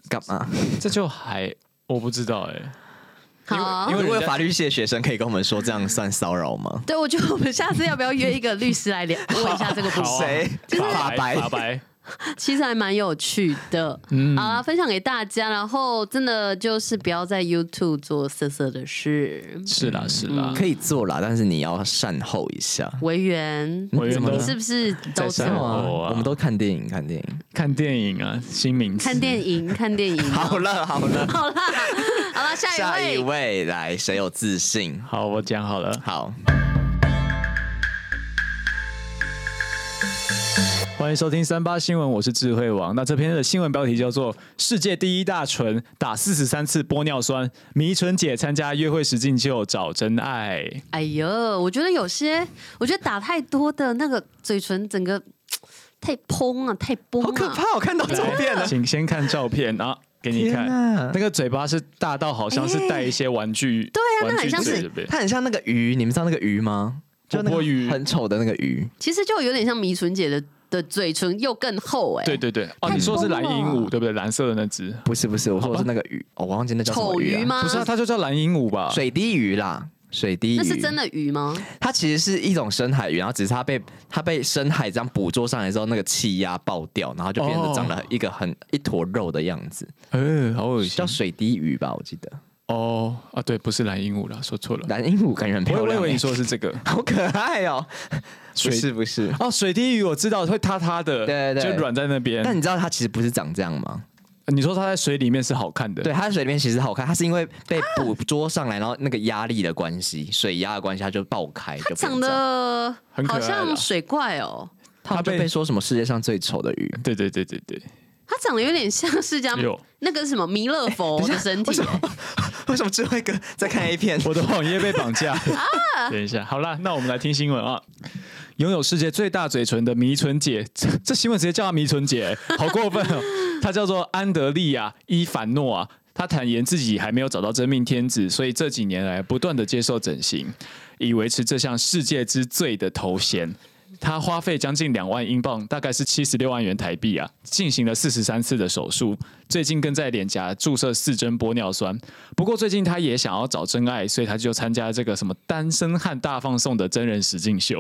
C: 干嘛？
B: 这就还我不知道哎、
D: 好啊
C: 因。为如
B: 人
C: 果
B: 家
C: 有法律系的学生可以跟我们说，这样算骚扰吗？
D: 对，我觉得我们下次要不要约一个律师来聊，问一下这个部
B: 好啊
D: 分，
C: 谁？法白
B: 法白，
D: 其实还蛮有趣的。好啦，分享给大家，然后真的就是不要在 YouTube 做色色的事。
B: 是啦是
D: 嗯
B: 啦，
C: 可以做啦，但是你要善后一下。
D: 维园，
B: 我原
C: 嗯怎么
B: 都
C: 了
D: 你是不是都
B: 在
D: 做
B: 善后
C: 哇
B: 哦啊
C: 我们都看电影，看电影。
B: 看电影啊，新名词
D: 看电影？看电影哦。
C: 好了，好了，
D: 好啦，好啦，
C: 下
D: 下
C: 一
D: 一位。
C: 位来，谁有自信？
B: 好，我讲好了。
C: 好，
B: 欢迎收听三八新闻，我是智慧王。那这篇的新闻标题叫做“世界第一大唇打四十三次玻尿酸，迷唇姐参加约会时进就找真爱
D: 哎呦，我觉得有些，我觉得打太多的那个嘴唇，整个太嘭啊，太崩、啊，
C: 好可怕！我看到”。照片
B: 来
C: 了，
B: 请先看照片啊，给你看
C: 天哪，
B: 那个嘴巴是大到好像是带一些玩具，
D: 对啊那
B: 玩具
D: 很像
B: 嘴嗯
D: 是
B: 哎对不对
C: 它很像那个鱼，你们知道那个鱼吗？就那
B: 波
C: 个
B: 波鱼
C: 很丑的那个鱼。
D: 其实就有点像迷唇姐的的嘴唇又更厚哎、
B: 对对对，哦，
D: 太
B: 你说是蓝
D: 疯了
B: 鹦鹉对不对？蓝色的那只，
C: 不是不是，我说的是那个鱼，哦我忘记那叫什么
D: 丑
C: 鱼
D: 鱼
C: 啊？
D: 吗？
B: 不是啊，它就叫蓝鹦鹉吧？
C: 水滴鱼啦，水滴鱼，
D: 那是真的鱼吗？
C: 它其实是一种深海鱼，然后只是它被它被深海这样捕捉上来之后，那个气压爆掉，然后就变
B: 哦
C: 得长了一个很一坨肉的样子，
B: 嗯，好恶心
C: 叫水滴鱼吧，我记得。
B: 哦啊，对，不是蓝鹦鹉啦，说错了。
C: 蓝鹦鹉感觉很
B: 我
C: 漂
B: 我以
C: 亮、
B: 为你
C: 欸，
B: 说的是这个
C: 好可爱 哦、不
B: 水
C: 是不是，
B: 哦，水滴鱼我知道会塌塌的，
C: 对对对
B: 就软在那边。
C: 但你知道它其实不是长这样吗？
B: 你说它在水里面是好看的，
C: 对，，它在水里面其实好看，它是因为被捕捉上来，然后那个压力的 关系，水压的关系，它就爆开，就变
D: 长
C: 这样
D: 得
B: 很
C: 啊
B: 可爱
D: 好
B: 啦
D: 像水怪哦、
C: 它就
B: 它被
C: 被说什么世界上最丑的鱼。
B: 对对对对对，
D: 它长得有点像释迦
B: 有
D: 那个什么弥勒佛的身体、
C: 为什么 智慧哥 在看 A 片？
B: 我的网页被绑架。等一下，好啦，那我们来听新闻啊。拥有世界最大嘴唇的迷唇姐，这这新闻直接叫她迷唇姐，好过分哦！她叫做安德利亚·伊凡诺啊，她坦言自己还没有找到真命天子，所以这几年来不断的接受整形，以维持这项世界之最的头衔。她花费将近两万英镑，大概是七十六万元台币啊，进行了四十三次的手术，最近更在脸颊注射四针玻尿酸。不过最近她也想要找真爱，所以她就参加这个什么单身汉大放送的真人实境秀。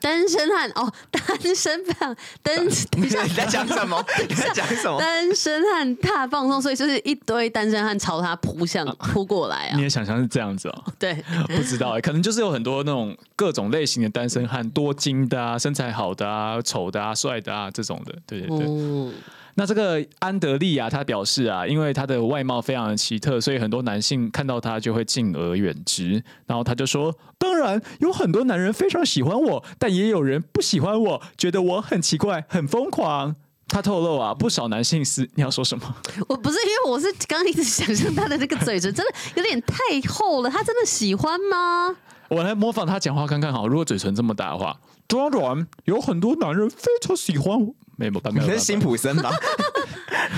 D: 单身汉哦，单身汉，单 等一下
C: 你在讲什 么？你在讲什 么？
D: 单身汉大放松，所以就是一堆单身汉朝他扑向扑过来啊
B: 你，也想象是这样子哦？
D: 对，
B: 不知道哎、可能就是有很多那种各种类型的单身汉，多金的啊，身材好的啊，丑的啊，帅的啊这种的。对对对。
D: 嗯，
B: 那这个安德利啊，他表示啊，因为他的外貌非常的奇特，所以很多男性看到他就会敬而远之。然后他就说，当然有很多男人非常喜欢我，但也有人不喜欢我，觉得我很奇怪，很疯狂。他透露啊，不少男性是你要说什么？
D: 我不是因为我是刚刚一直想象他的那个嘴唇真的有点太厚了，他真的喜欢吗？
B: 我来模仿他讲话看看好，如果嘴唇这么大的话，当然有很多男人非常喜欢我。没有办法，没
C: 你
B: 有办
C: 是
B: 法
C: 辛普森 吧？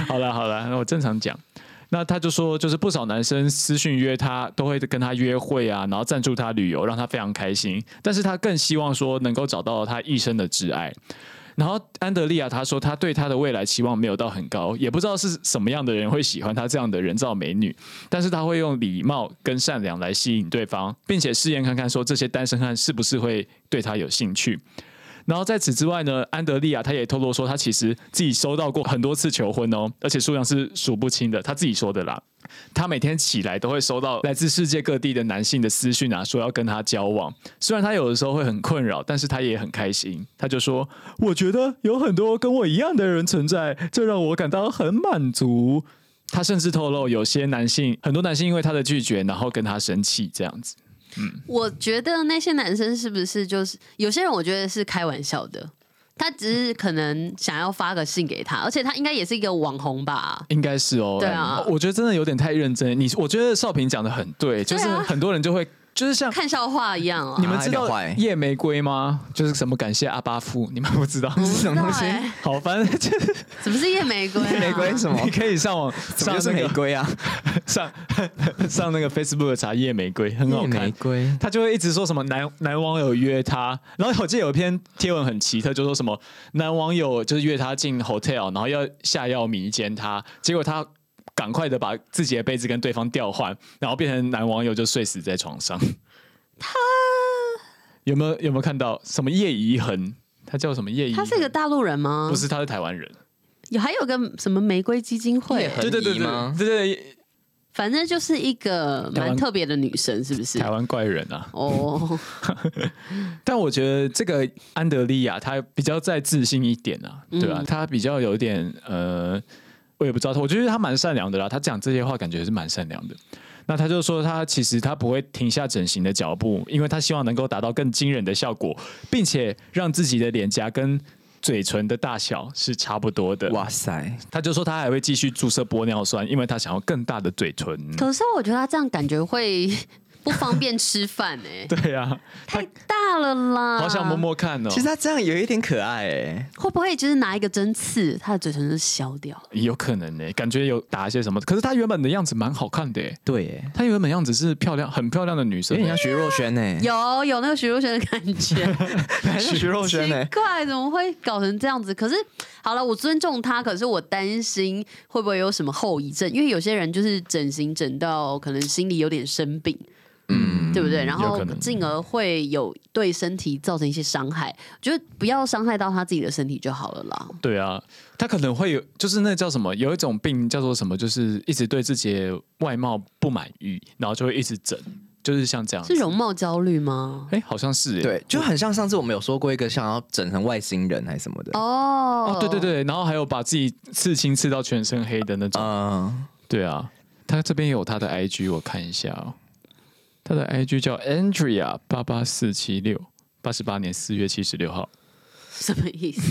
B: 好了好了，那我正常讲。那他就说，就是不少男生私讯约他，都会跟他约会啊，然后赞助他旅游，让他非常开心。但是他更希望说能够找到他一生的挚爱。然后安德利亚他说，他对他的未来期望没有到很高，也不知道是什么样的人会喜欢他这样的人造美女，但是他会用礼貌跟善良来吸引对方，并且试验看看说这些单身汉是不是会对他有兴趣。然后在此之外呢，安德利亚他也透露说，他其实自己收到过很多次求婚哦，而且数量是数不清的，他自己说的啦。他每天起来都会收到来自世界各地的男性的私讯啊，说要跟他交往。虽然他有的时候会很困扰，但是他也很开心。他就说：“我觉得有很多跟我一样的人存在，这让我感到很满足。”他甚至透露，有些男性，很多男性因为他的拒绝，然后跟他生气这样子。
D: 我觉得那些男生是不是就是有些人，我觉得是开玩笑的，他只是可能想要发个信给他，而且他应该也是一个网红吧。
B: 应该是哦。
D: 对啊
B: 嗯我觉得真的有点太认真。你，我觉得少平讲的很对，就是
D: 对啊
B: 很多人就会，就是像
D: 看笑话一样啊
B: 你，们知道
C: 哪里坏
B: 夜玫瑰吗？就是什么感谢阿巴夫， 你们不知道。
C: 是什么东西
D: 不知？道欸
B: 好，反正就是
D: 怎么是夜玫瑰、啊？
C: 玫瑰是什么
B: 你？可以上网
C: 怎么
B: 上
C: 又是
B: 那
C: 玫
B: 个
C: 瑰啊？
B: 上 上那个 Facebook 查夜玫瑰，很好看。
C: 瑰。
B: 他就会一直说什么男男网友约他，然后我记得有一篇贴文很奇特，就说什么男网友就是约他进 hotel，然后要下药迷奸他，结果他赶快的把自己的被子跟对方调换，然后变成男网友就睡死在床上。他有没有有没有看到什么叶怡恒？他叫什么叶怡
D: 他
B: 恒？
D: 是一个大陆人吗？
B: 不是，他是台湾人。
D: 有还有个什么玫瑰基金会
C: 叶，恒
B: 对对对
C: 恒怡吗
B: 对对对，
D: 反正就是一个
B: 台湾
D: 蛮特别的女生，是不是
B: 台？湾怪人啊！
D: 哦，
B: 但我觉得这个安德利亚他比较再自信一点啊，对吧、
D: 嗯
B: 他比较有点呃，我也不知道，我觉得他蛮善良的啦。他讲这些话感觉是蛮善良的。那他就说，他其实他不会停下整形的脚步，因为他希望能够达到更惊人的效果，并且让自己的脸颊跟嘴唇的大小是差不多的。哇！
C: 哇塞！
B: 他就说他还会继续注射玻尿酸，因为他想要更大的嘴唇。
D: 可是我觉得他这样感觉会不方便吃饭哎、
B: 对呀、啊，
D: 太大了啦！
B: 好想摸，摸看哦。
C: 其实他这样有一点可爱哎，
D: 会不会就是拿一个针刺，他的嘴唇就消掉了？
B: 有可能呢、感觉有打一些什么，可是她原本的样子蛮好看的、欸，
C: 对哎，
B: 她原本样子是漂亮，很漂亮的女
C: 有
B: 生、欸
C: 点像徐若瑄哎，
D: 有有那个徐若瑄的感觉，
C: 还是徐若瑄哎
D: 奇，怪，怎么会搞成这样子？可是好了，我尊重他，可是我担心会不会有什么后遗症，因为有些人就是整形整到可能心里有点生病，
C: 嗯，
D: 对不对？然
B: 有
D: 后
B: 可能
D: 进而会有对身体造成一些伤害，觉得不要伤害到他自己的身体就好了啦。
B: 对啊，他可能会有，就是那叫什么，有一种病叫做什么，就是一直对自己的外貌不满意，然后就会一直整，就是像这样子
D: 是。容貌焦虑吗？
B: 哎、好像是耶
C: 对，就很像上次我们有说过一个想要整成外星人还是什么的，
D: 哦
B: 哦，对对，对，然后还有把自己刺青刺到全身黑的那种。
C: 嗯，
B: 对啊，他这边有他的 IG，我看一下哦。他的 IG 叫 Andrea 八八四七六，八十八年四月七十六号。
D: 什么意思？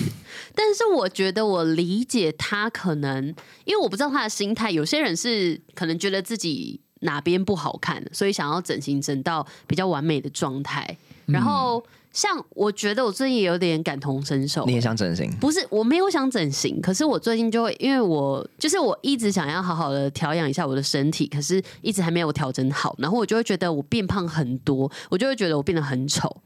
D: 但是我觉得我理解他可能，因为我不知道他的心态，有些人是可能觉得自己哪边不好看，所以想要整形整到比较完美的状态。然后像我觉得我最近也有点感同身
B: 哦
D: 受，
C: 你也想整形？
D: 不是，我没有想整形，可是我最近就会，因为我就是我一直想要好好的调养一下我的身体，可是一直还没有调整好，然后我就会觉得我变胖很多，我就会觉得我变得很丑。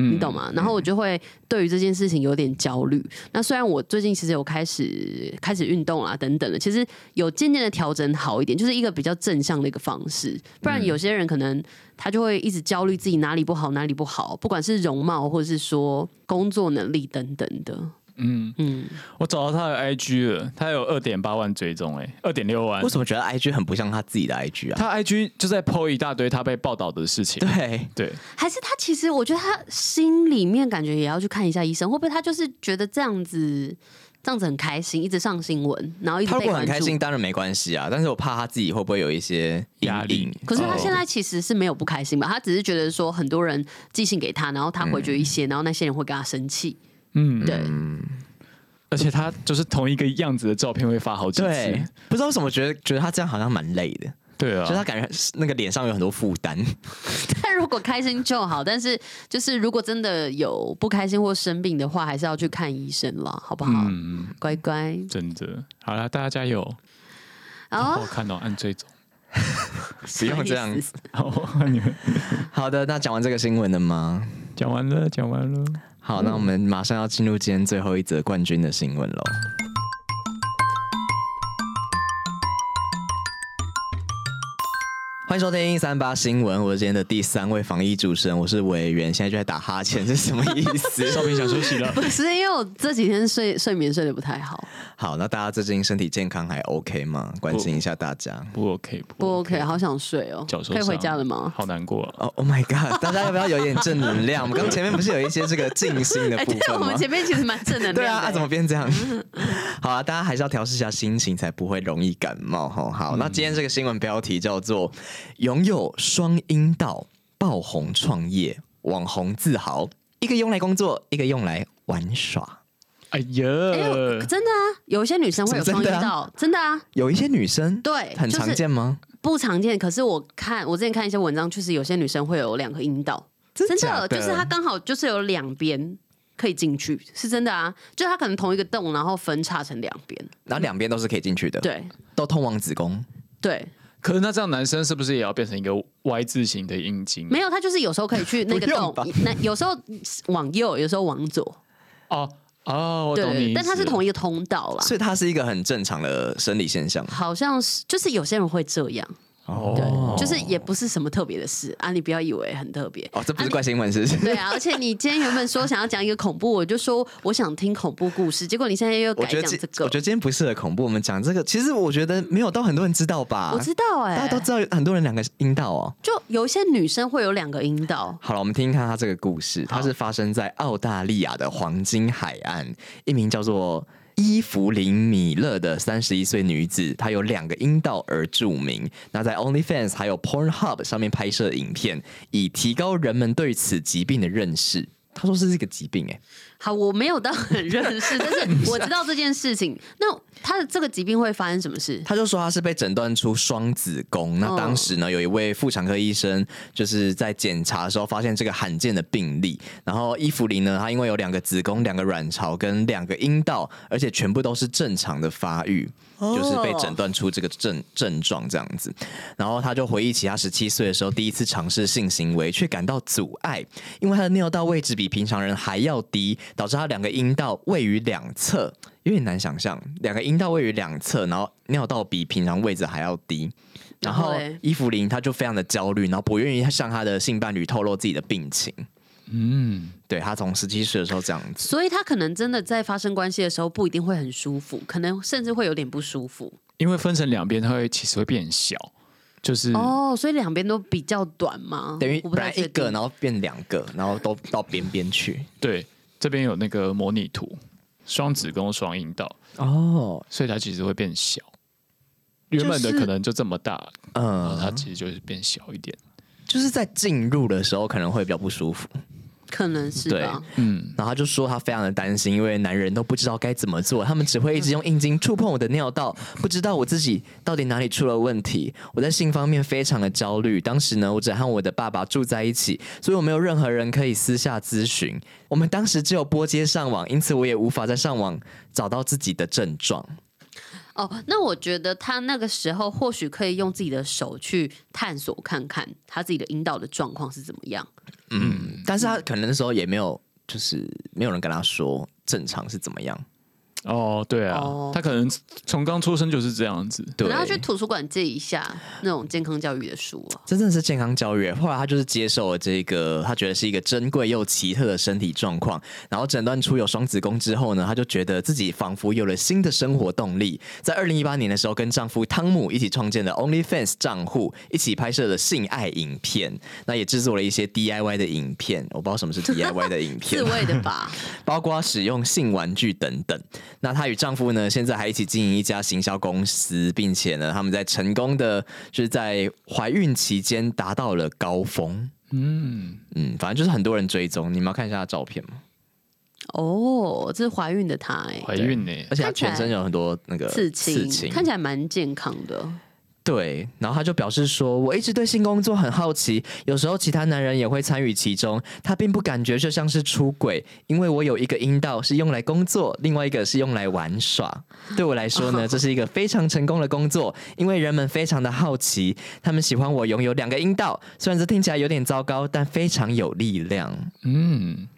B: 嗯
D: 你懂吗？然后我就会对于这件事情有点焦虑。那虽然我最近其实有开始开始运动啦，啊等等的，其实有渐渐的调整好一点，就是一个比较正向的一个方式。不然有
B: 嗯
D: 些人可能他就会一直焦虑自己哪里不好，哪里不好，不管是容貌或者是说工作能力等等的。
B: 嗯，
D: 嗯，
B: 我找到他的 IG 了，他有二点八万追踪、哎，二点六万
C: 为。什么觉得 IG 很不像他自己的 IG 啊？
B: 他 IG 就在 PO 一大堆他被报道的事情。
C: 对，
B: 对，
D: 还是他其实，我觉得他心里面感觉也要去看一下医生，会不会他就是觉得这样子，这样子很开心，一直上新闻，然后一直
C: 他如
D: 被
C: 果很
D: 关注
C: 开心，当然没关系啊，但是我怕他自己会不会有一些阴
B: 压力哦
C: 影
D: 可是他现在其实是没有不开心吧？他只是觉得说很多人寄信给他，然后他回绝一些，然后那些人会跟他生气。
B: 嗯，
D: 对，
B: 而且他就是同一个样子的照片会发好几
C: 对
B: 次。，
C: 不知道为什么觉得觉得他这样好像蛮累的，
B: 对啊，
C: 就是他感觉那个脸上有很多负担。
D: 但如果开心就好，但是就是如果真的有不开心或生病的话，还是要去看医生了，好不好？哦
B: 嗯，
D: 乖乖，
B: 真的。好啦，大家加油！
D: 然
B: 好
D: 后
B: 好看哦，按追踪。
C: 不用这样
B: 好，你们
C: 好的，那讲完这个新闻了吗？
B: 讲完了，讲完了。
C: 好，那我们马上要进入今天最后一则冠军的新闻喽。欢迎收听一三八新闻，我是今天的第三位防疫主持人，我是委员，现在就在打哈欠，这是什么意思？
B: 少平想休息了。
D: 不是因为我这几天睡睡眠睡得不太好，
C: 好，那大家最近身体健康还 OK 吗？关心一下大家。
B: 不 OK，
D: 不 OK，好想睡哦、
B: 脚受
D: 可以回
B: 伤
D: 家了吗？
B: 好难过、啊。
C: 哦、oh my god！大家要不要有点正能量？我们刚前面不是有一些这个静心的
D: 哎、
C: 部
D: 对，
C: 分
D: 我
C: 吗
D: 们？前面其实蛮正能量 的。
C: 对啊，啊怎么变这 样？好啊，大家还是要调试一下心情，才不会容易感冒吼。好，
D: 嗯
C: 那今天这个新闻标题叫做“拥有双阴道爆红创业网红自豪”，一个用来工作，一个用来玩耍。
B: 哎
D: 哎、我
B: 呀，
D: 真的啊，有一些女生会有
C: 什么
D: 双阴
C: 呃真的啊
D: 道，真的啊，
C: 有一些女生
D: 对
C: 很
D: 就是
C: 常见吗？
D: 不常见。可是我看我之前看一些文章，确实有些女生会有两个阴道，真
C: 假的
D: 就是她刚好就是有两边可以进去，是真的啊，就是她可能同一个洞，然后分叉成两边，
C: 然后两边都是可以进去的，，
D: 对
C: 都通往子宫。
D: 对，
B: 可是那这样男生是不是也要变成一个 Y 字形的阴茎？
D: 没有，她就是有时候可以去那个
C: 不用吧
D: 洞，那有时候往右，有时候往左，
B: 哦哦，我懂你
D: 对，
B: 意思。
D: 但它是同一个通道啦。
C: 所以它是一个很正常的生理现象。
D: 好像是，就是有些人会这样，对，
B: 哦，
D: 就是也不是什么特别的事啊，你不要以为很特别
C: 哦，这不是怪新闻，是不是？
D: 对 啊，而且你今天原本说想要讲一个恐怖，我就说我想听恐怖故事，结果你现在又
C: 我
D: 改
C: 觉
D: 讲
C: 得今
D: 这个。
C: 我觉得今天不适合恐怖，我们讲这个，其实我觉得没有到很多人知道吧。
D: 我知道
C: 啊
D: 哎、
C: 大家都知道很多人两个阴道哦。
D: 就有一些女生会有两个阴道，
C: 好了，我们听听看他这个故事，它是发生在澳大利亚的黄金海岸，一名叫做。伊芙琳·米勒的三十一岁女子，她有两个阴道而著名。那在 OnlyFans 还有 Pornhub 上面拍摄影片，以提高人们对此疾病的认识。她说是这个疾病、欸，
D: 好，我没有到很认 识，但是我知道这件事情。那她的这个疾病会发生什么事？
C: 他就说他是被诊断出双子宫。那当时呢，有一位妇产科医生就是在检查的时候发现这个罕见的病例。然后伊芙琳呢，她因为有两个子宫、两个卵巢跟两个阴道，而且全部都是正常的发育，就是被
D: 哦
C: 诊断出这个症症状这样子。然后他就回忆起他十七岁的时候第一次尝试性行为，却感到阻碍，因为他的尿道位置比平常人还要低，导致他两个阴道位于两侧，有点难想象，两个阴道位于两侧，然后尿道比平常位置还要低。然后
D: 然后嘞
C: 伊芙琳她就非常的焦虑，然后不愿意向她的性伴侣透露自己的病情。
B: 嗯，
C: 对她从十七岁的时候这样子，
D: 所以他可能真的在发生关系的时候不一定会很舒服，可能甚至会有点不舒服。
B: 因为分成两边，它会其实会变小，就是
D: 哦，所以两边都比较短吗？
C: 嗯等于
D: 我
C: 本
D: 不
C: 来
D: 太
C: 一
D: 确
C: 个，
D: 定。
C: 然后变两个，然后都到边边去。
B: 对，这边有那个模拟图，双子宫双阴道，
C: 哦，
B: 所以它其实会变小。原本的
D: 就是
B: 可能就这么大，然后它
C: 嗯，
B: 其实就是变小一点。
C: 就是在进入的时候可能会比较不舒服。
D: 可能是
C: 对
D: 吧。
B: 嗯，
C: 然后他就说他非常的担心，因为男人都不知道该怎么做，他们只会一直用阴茎触碰我的尿道，不知道我自己到底哪里出了问题。我在性方面非常的焦虑，当时呢，我只和我的爸爸住在一起，所以我没有任何人可以私下咨询。我们当时只有拨接上网，因此我也无法在上网找到自己的症状。
D: 哦，那我觉得他那个时候或许可以用自己的手去探索看看他自己的阴道的状况是怎么样。
C: 嗯，但是他可能那时候也没有，就是没有人跟他说正常是怎么样。
B: 哦，对啊，
D: 哦
B: 它可能从刚出生就是这样子。
C: 对
D: 可能要去图书馆借一下那种健康教育的书啊。
C: 这真的是健康教育。后来他就是接受了这个，他觉得是一个珍贵又奇特的身体状况。然后诊断出有双子宫之后呢，他就觉得自己仿佛有了新的生活动力。在二零一八年的时候，跟丈夫汤姆一起创建了 OnlyFans 账户，一起拍摄了性爱影片，那也制作了一些 DIY 的影片。我不知道什么是 DIY 的影 片
D: 自，慰的 吧，
C: 包括使用性玩具等等。那她与丈夫呢，现在还一起经营一家行销公司，并且呢，他们在成功的就是在怀孕期间达到了高峰。
B: 嗯，
C: 嗯，反正就是很多人追踪，你们要看一下她的照片嘛。
D: 哦，这是怀孕的她哎、
B: 怀孕呢、
C: 而且她
D: 看起来
C: 全身有很多那个
D: 刺青，
C: 刺青
D: 看起来蛮健康的。
C: 对，然后他就表示说：“我一直对性工作很好奇，有时候其他男人也会参与其中，他并不感觉就像是出轨，因为我有一个阴道是用来工作，另外一个是用来玩耍。对我来说 呢，这是一个非常成功的工作，因为人们非常的好奇，他们喜欢我拥有两个阴道。虽然这听起来有点糟糕，但非常有力量。
B: 嗯，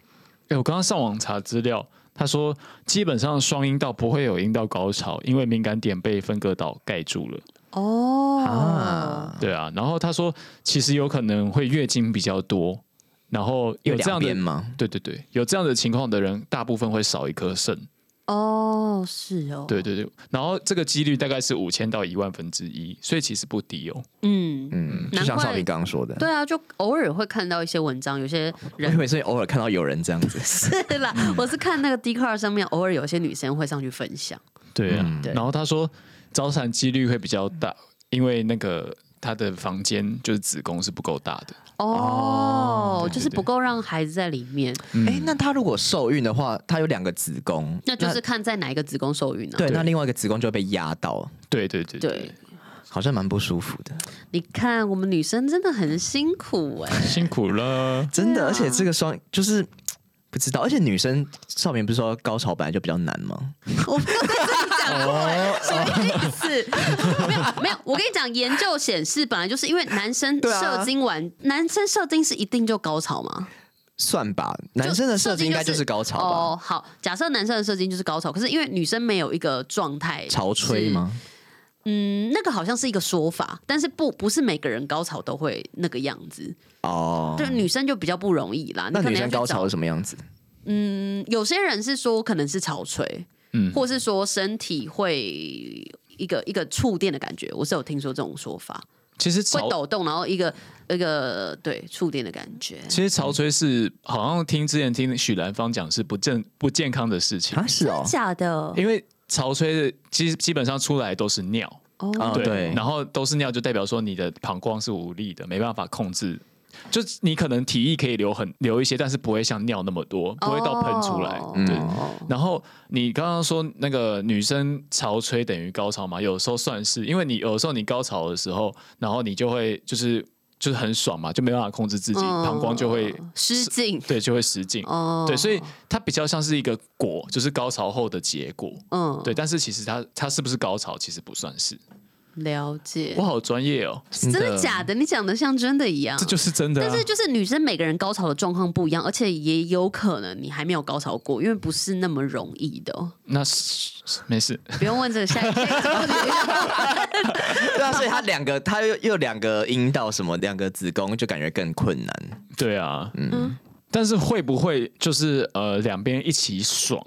B: 哎、我刚刚上网查资料，他说基本上双阴道不会有阴道高潮，因为敏感点被分割岛盖住了。
D: 哦，
C: 啊
B: 对啊，然后他说其实有可能会月经比较多，然后有这
C: 两
B: 样
C: 边
B: 的。
C: 吗？
B: 对对对，有这样的情况的人，大部分会少一颗肾。
D: 哦，是哦，
B: 对，对对，然后这个几率大概是五千到一万分之一，所以其实不低哦。
D: 嗯，
C: 嗯，就
D: 难
C: 像
D: 怪
C: 少林刚刚说的，
D: 对啊，就偶尔会看到一些文章，有些
C: 我
D: 人
C: 以为是偶尔看到有人这样子。
D: 是啦，我是看那个 d c a r 上面，偶尔有些女生会上去分享。
B: 对啊，
C: 嗯
D: 对
B: 然后他说早产几率会比较大，因为那个他的房间就是子宫是不够大的。
D: 哦，
B: 对
D: 就是
B: 对
D: 不够让孩子在里面，
C: 哎、那她如果受孕的话，她有两个子宫，
D: 那就是看在哪一个子宫受孕呢、
C: 对，
B: 对
C: 那另外一个子宫就会被压到，
B: 对对对
D: 对，
C: 好像蛮不舒服的，
D: 你看我们女生真的很辛苦 哎、
B: 辛苦了。
C: 真
D: 啊
C: 的。而且这个双就是不知道，而且女生少年不是说高潮本来就比较难吗？
D: 我没有跟自己讲过、欸，什么意 思？没有没有，我跟你讲，研究显示，本来就是因为男生
C: 对啊
D: 射精完，男生射精是一定就高潮吗？
C: 算吧，
D: 就
C: 男生的射精应该
D: 就
C: 就是高潮吧？
D: 哦，好，假设男生的射精就是高潮，可是因为女生没有一个状态，
C: 潮吹？吗？
D: 嗯，那个好像是一个说法，但是不不是每个人高潮都会那个样子，
C: 哦，
D: 对，女生就比较不容易啦。你
C: 那
D: 可能
C: 女
D: 要
C: 生
D: 去
C: 高潮
D: 找
C: 是什么样子？
D: 嗯有些人是说可能是潮吹，
B: 嗯
D: 或是说身体会。一个一个触电的感觉，我是有听说这种说法，
B: 其实
D: 会
B: 潮
D: 抖动，然后一个一个对触电的感觉。
B: 其实潮吹是好像听之前听许兰芳讲是不健不健康的事情，
C: 啊，是哦，
D: 假的
B: 因为潮吹的基基本上出来都是尿，
C: 啊
D: 哦，
B: 对，
C: 对
B: 然后都是尿就代表说你的膀胱是无力的，没办法控制。就是你可能体液可以流很流一些，但是不会像尿那么多，不会到喷出来。
D: 哦
B: 对，
D: 哦
B: 然后你刚刚说那个女生潮吹等于高潮嘛？有时候算是，因为你有时候你高潮的时候，然后你就会就是就是很爽嘛，就没办法控制自己，
D: 嗯
B: 膀胱就会
D: 失禁。
B: 对就会失禁。
D: 哦，
B: 对，所以它比较像是一个果，就是高潮后的结果。
D: 嗯，
B: 对，但是其实它它是不是高潮，其实不算是。
D: 了解
B: 我，好专业哦，
D: 真的假的？你讲的像真的一样
B: 这。就是真的、啊。
D: 但是就是女生每个人高潮的状况不一样，而且也有可能你还没有高潮过，因为不是那么容易的哦。
B: 那是是没事，
D: 不用问这个下一下一个问题
C: 对啊，所以他两个，他又又两个阴道什么，两个子宫就感觉更困难。
B: 对啊，嗯。但是会不会就是呃两边一起爽，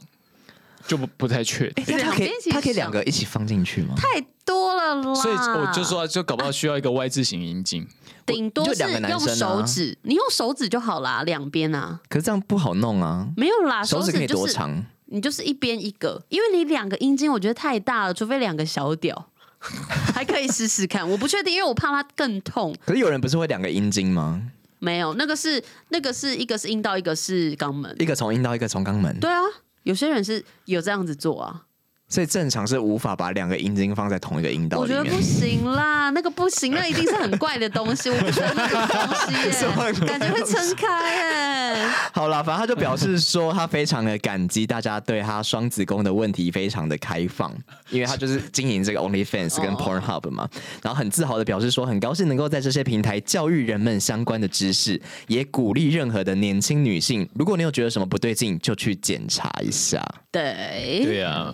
B: 就不不太确定。
D: 两
C: 他可以
D: 哎边一起，
C: 他可以两个一起放进去吗？
D: 太多了啦。
B: 所以我就说啊，就搞不好需要一个 Y 字型阴茎。
D: 顶多
C: 就是两个男
D: 用
C: 生啊
D: 手指，你用手指就好啦，两边啊，
C: 可是这样不好弄啊，
D: 没有啦，
C: 手指可以
D: 就
C: 多
D: 是
C: 长？
D: 你就是一边一个，因为你两个阴茎我觉得太大了，除非两个小屌， 还可以试试看。我不确定，因为我怕它更痛。
C: 可是有人不是会两个阴茎吗？
D: 没有，那个是那个是一个是阴道，一个是肛门。
C: 一个从阴道，一个从肛门，
D: 对啊，有些人是有这样子做啊，
C: 所以正常是无法把两个阴茎放在同一个阴道
D: 我
C: 里
D: 觉得不
C: 面。
D: 行啦，那个不行，那一定是很怪的东西，我不喜欢那个东 西
C: 什么
D: 耶、
C: 鬼
D: 感觉会撑开耶、
C: 好啦，反正他就表示说，他非常的感激大家对他双子宫的问题非常的开放， 因为他就是经营这个 OnlyFans 跟
D: 哦
C: Pornhub 嘛，然后很自豪的表示说，很高兴能够在这些平台教育人们相关的知识，也鼓励任何的年轻女性，如果你有觉得什么不对劲，就去检查一下，
D: 对，
B: 对啊，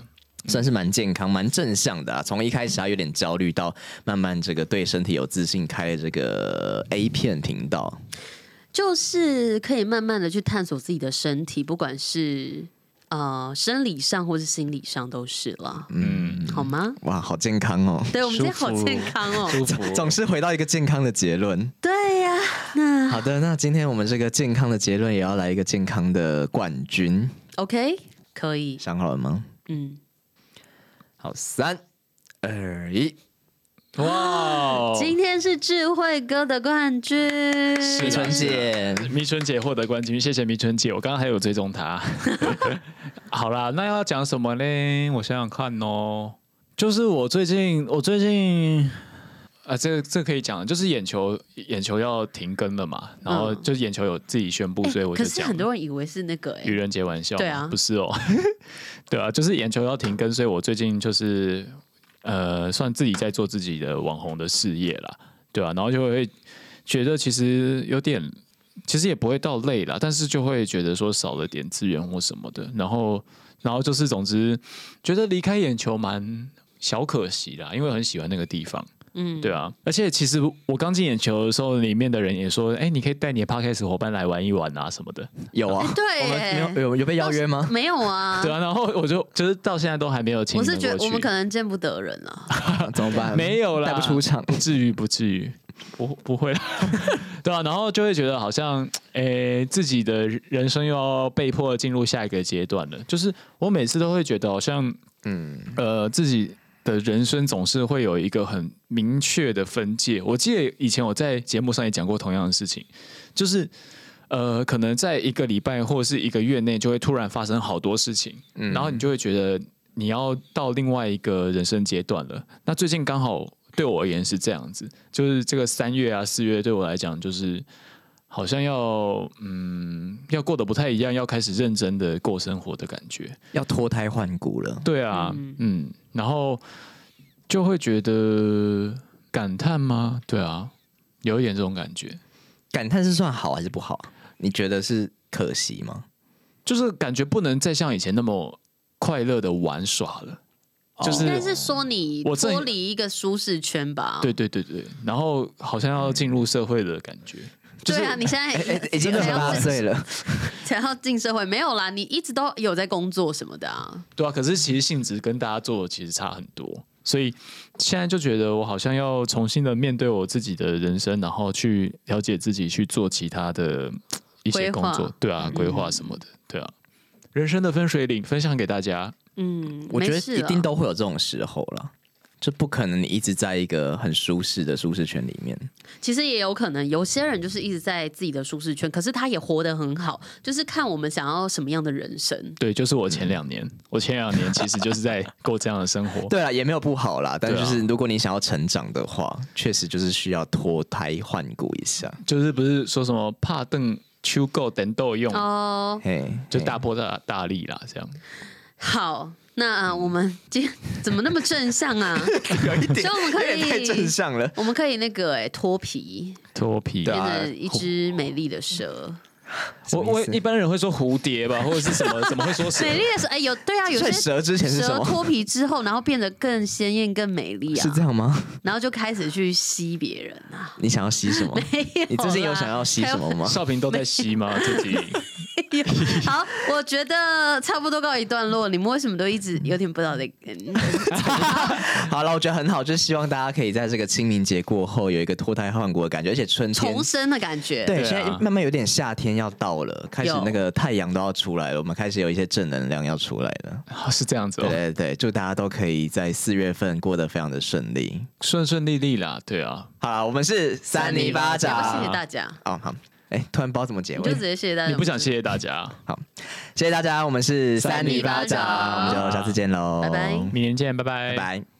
C: 算是蛮健康、蛮正向的啊。从一开始他有点焦虑，到慢慢这个对身体有自信，开了这个 A 片频道。
D: 就是可以慢慢的去探索自己的身体，不管是呃生理上或是心理上都是啦，
B: 嗯，
D: 好吗？
C: 哇，好健康哦！
D: 对，我们今天
B: 舒
D: 好
B: 服
D: 健康哦。
B: 舒服。
C: 总是回到一个健康的结论。
D: 对呀、
C: 好的，那今天我们这个健康的结论也要来一个健康的冠军，
D: o k 可以，
C: 想好了吗？
D: 嗯，
C: 好，三二一，
B: 哇哦，
D: 今天是智慧哥的冠军，
B: 是
C: 李
B: 的
C: 春姐，
B: 迷春姐获得冠军，谢谢迷春姐，我刚刚还有追踪 她。好啦，那要讲什么呢？我想想看哦，就是我最近，我最近。啊，这个这个可以讲，就是眼球眼球要停更了嘛，然后
D: 嗯
B: 就是眼球有自己宣布，
D: 哎
B: 所以我就
D: 可是
B: 讲。
D: 很多人以为是那个、
B: 愚
D: 哎，
B: 人节玩笑，
D: 对啊
B: 不是哦， 对啊，就是眼球要停更，所以我最近就是呃，算自己在做自己的网红的事业啦，对啊，然后就会觉得其实有点，其实也不会到累啦，但是就会觉得说少了点资源或什么的，然后然后就是总之觉得离开眼球蛮小可惜啦，因为很喜欢那个地方。
D: 嗯，
B: 对啊，而且其实我刚进眼球的时候，里面的人也说，哎、你可以带你的 podcast 伙伴来玩一玩啊什么的。
C: 有啊，
D: 哎对
C: 我
D: 耶
C: 们有有有被邀约吗？
D: 没有啊，
B: 对啊，然后我就就是到现在都还没有请
D: 我
B: 你
D: 是
B: 们
D: 觉
B: 过
D: 得
B: 去，
D: 我们可能见不得人啊。
C: 怎么办？
B: 没有啦，
C: 带不出场。
B: 不至于，不至于，不不会 啦，对啊，然后就会觉得好像诶、自己的人生又要被迫进入下一个阶段了，就是我每次都会觉得好像
C: 嗯，
B: 呃自己。的人生总是会有一个很明确的分界。我记得以前我在节目上也讲过同样的事情，就是呃，可能在一个礼拜或是一个月内，就会突然发生好多事情，
C: 嗯
B: 然后你就会觉得你要到另外一个人生阶段了。那最近刚好对我而言是这样子，就是这个三月啊、四月对我来讲，就是好像要嗯，要过得不太一样，要开始认真的过生活的感觉。
C: 要脱胎换骨了。
B: 对啊，嗯然后就会觉得感叹吗？对啊，有一点这种感觉，
C: 感叹是算好还是不好？你觉得是可惜吗？
B: 就是感觉不能再像以前那么快乐的玩耍了。就是
D: 应该哦是说你
B: 我正
D: 脱离一个舒适圈吧？
B: 对对对对，然后好像要进入社会的感觉，就是
D: 对啊，你现在
C: 哎已经二十八岁了，
D: 想要进社会没有啦？你一直都有在工作什么的啊？
B: 对啊。可是其实性质跟大家做的其实差很多，所以现在就觉得我好像要重新的面对我自己的人生，然后去了解自己，去做其他的嗯一些
D: 规划
B: 工
D: 嗯
B: 作，对啊，规划什么的，对啊。人生的分水岭分享给大家，
D: 嗯，
C: 我觉
D: 没
C: 得
D: 事
C: 一
D: 啦
C: 定都会有这种时候了，就不可能你一直在一个很舒适的舒适圈里面。
D: 其实也有可能，有些人就是一直在自己的舒适圈，可是他也活得很好，就是看我们想要什么样的人生。
B: 对，就是我前两
D: 嗯
B: 年，我前两年其实就是在过这样的生 活，
C: 对啊，也没有不好啦，但
B: 对啊
C: 就是如果你想要成长的话，确实就是需要脱胎换骨一下。
B: 就是不是说什么怕凳秋够等豆用，
D: 哦，
C: 嘿，
B: 就大破大大力啦，这样。
D: 好，那、呃我们今天怎么那么正向啊？
C: 有一点，
D: 所以我们可以
C: 有点太正向了。
D: 我们可以那个哎、脱皮，
B: 脱皮
C: 对
D: 变
C: 啊
D: 成一只美丽的蛇。
B: 我我
C: 什么意思
B: 一般人会说蝴蝶吧，或者是什 啊么？怎么会说蛇？
D: 美丽的蛇，哎、有对啊，有
C: 所
D: 些
C: 以蛇之前是什
D: 蛇
C: 么
D: 脱皮之后，然后变得更鲜艳、更美丽啊
C: 是，这样吗？
D: 然后就开始去吸别人 啊。
C: 你想要吸什么？你最近有想要吸什么吗？
B: 少平都在吸吗？自 己
C: 哎
D: 好，我觉得差不多告一段落。你们为什么都一直有点不知道在？ 嗯
C: 好了，我觉得很好，就是希望大家可以在这个清明节过后有一个脱胎换骨的感觉，而且春天
D: 重生的感觉。
C: 对，
B: 对啊
C: 现在慢慢有点夏天要到了，开始
D: 有
C: 那个太阳都要出来了，我们开始有一些正能量要出来了。
B: 哦是这样子
C: 对
B: 哦，
C: 对对，祝大家都可以在四月份过得非常的顺利。
B: 顺顺利利啦，对啊。
C: 好了，我们是三
D: 泥
C: 泥巴
D: 要不
C: 掌。
D: 谢谢大家，
C: 哦，好，哎，突然不知道怎么结
D: 你就
C: 尾
D: 直，接谢谢大
C: 嗯
D: 家。
B: 你不想谢谢大家，
C: 谢谢大家，我们是
B: 三
D: 泥巴掌
C: 我们就下次见喽，
D: 拜拜
B: 明年见，拜拜，
C: 嗯拜拜。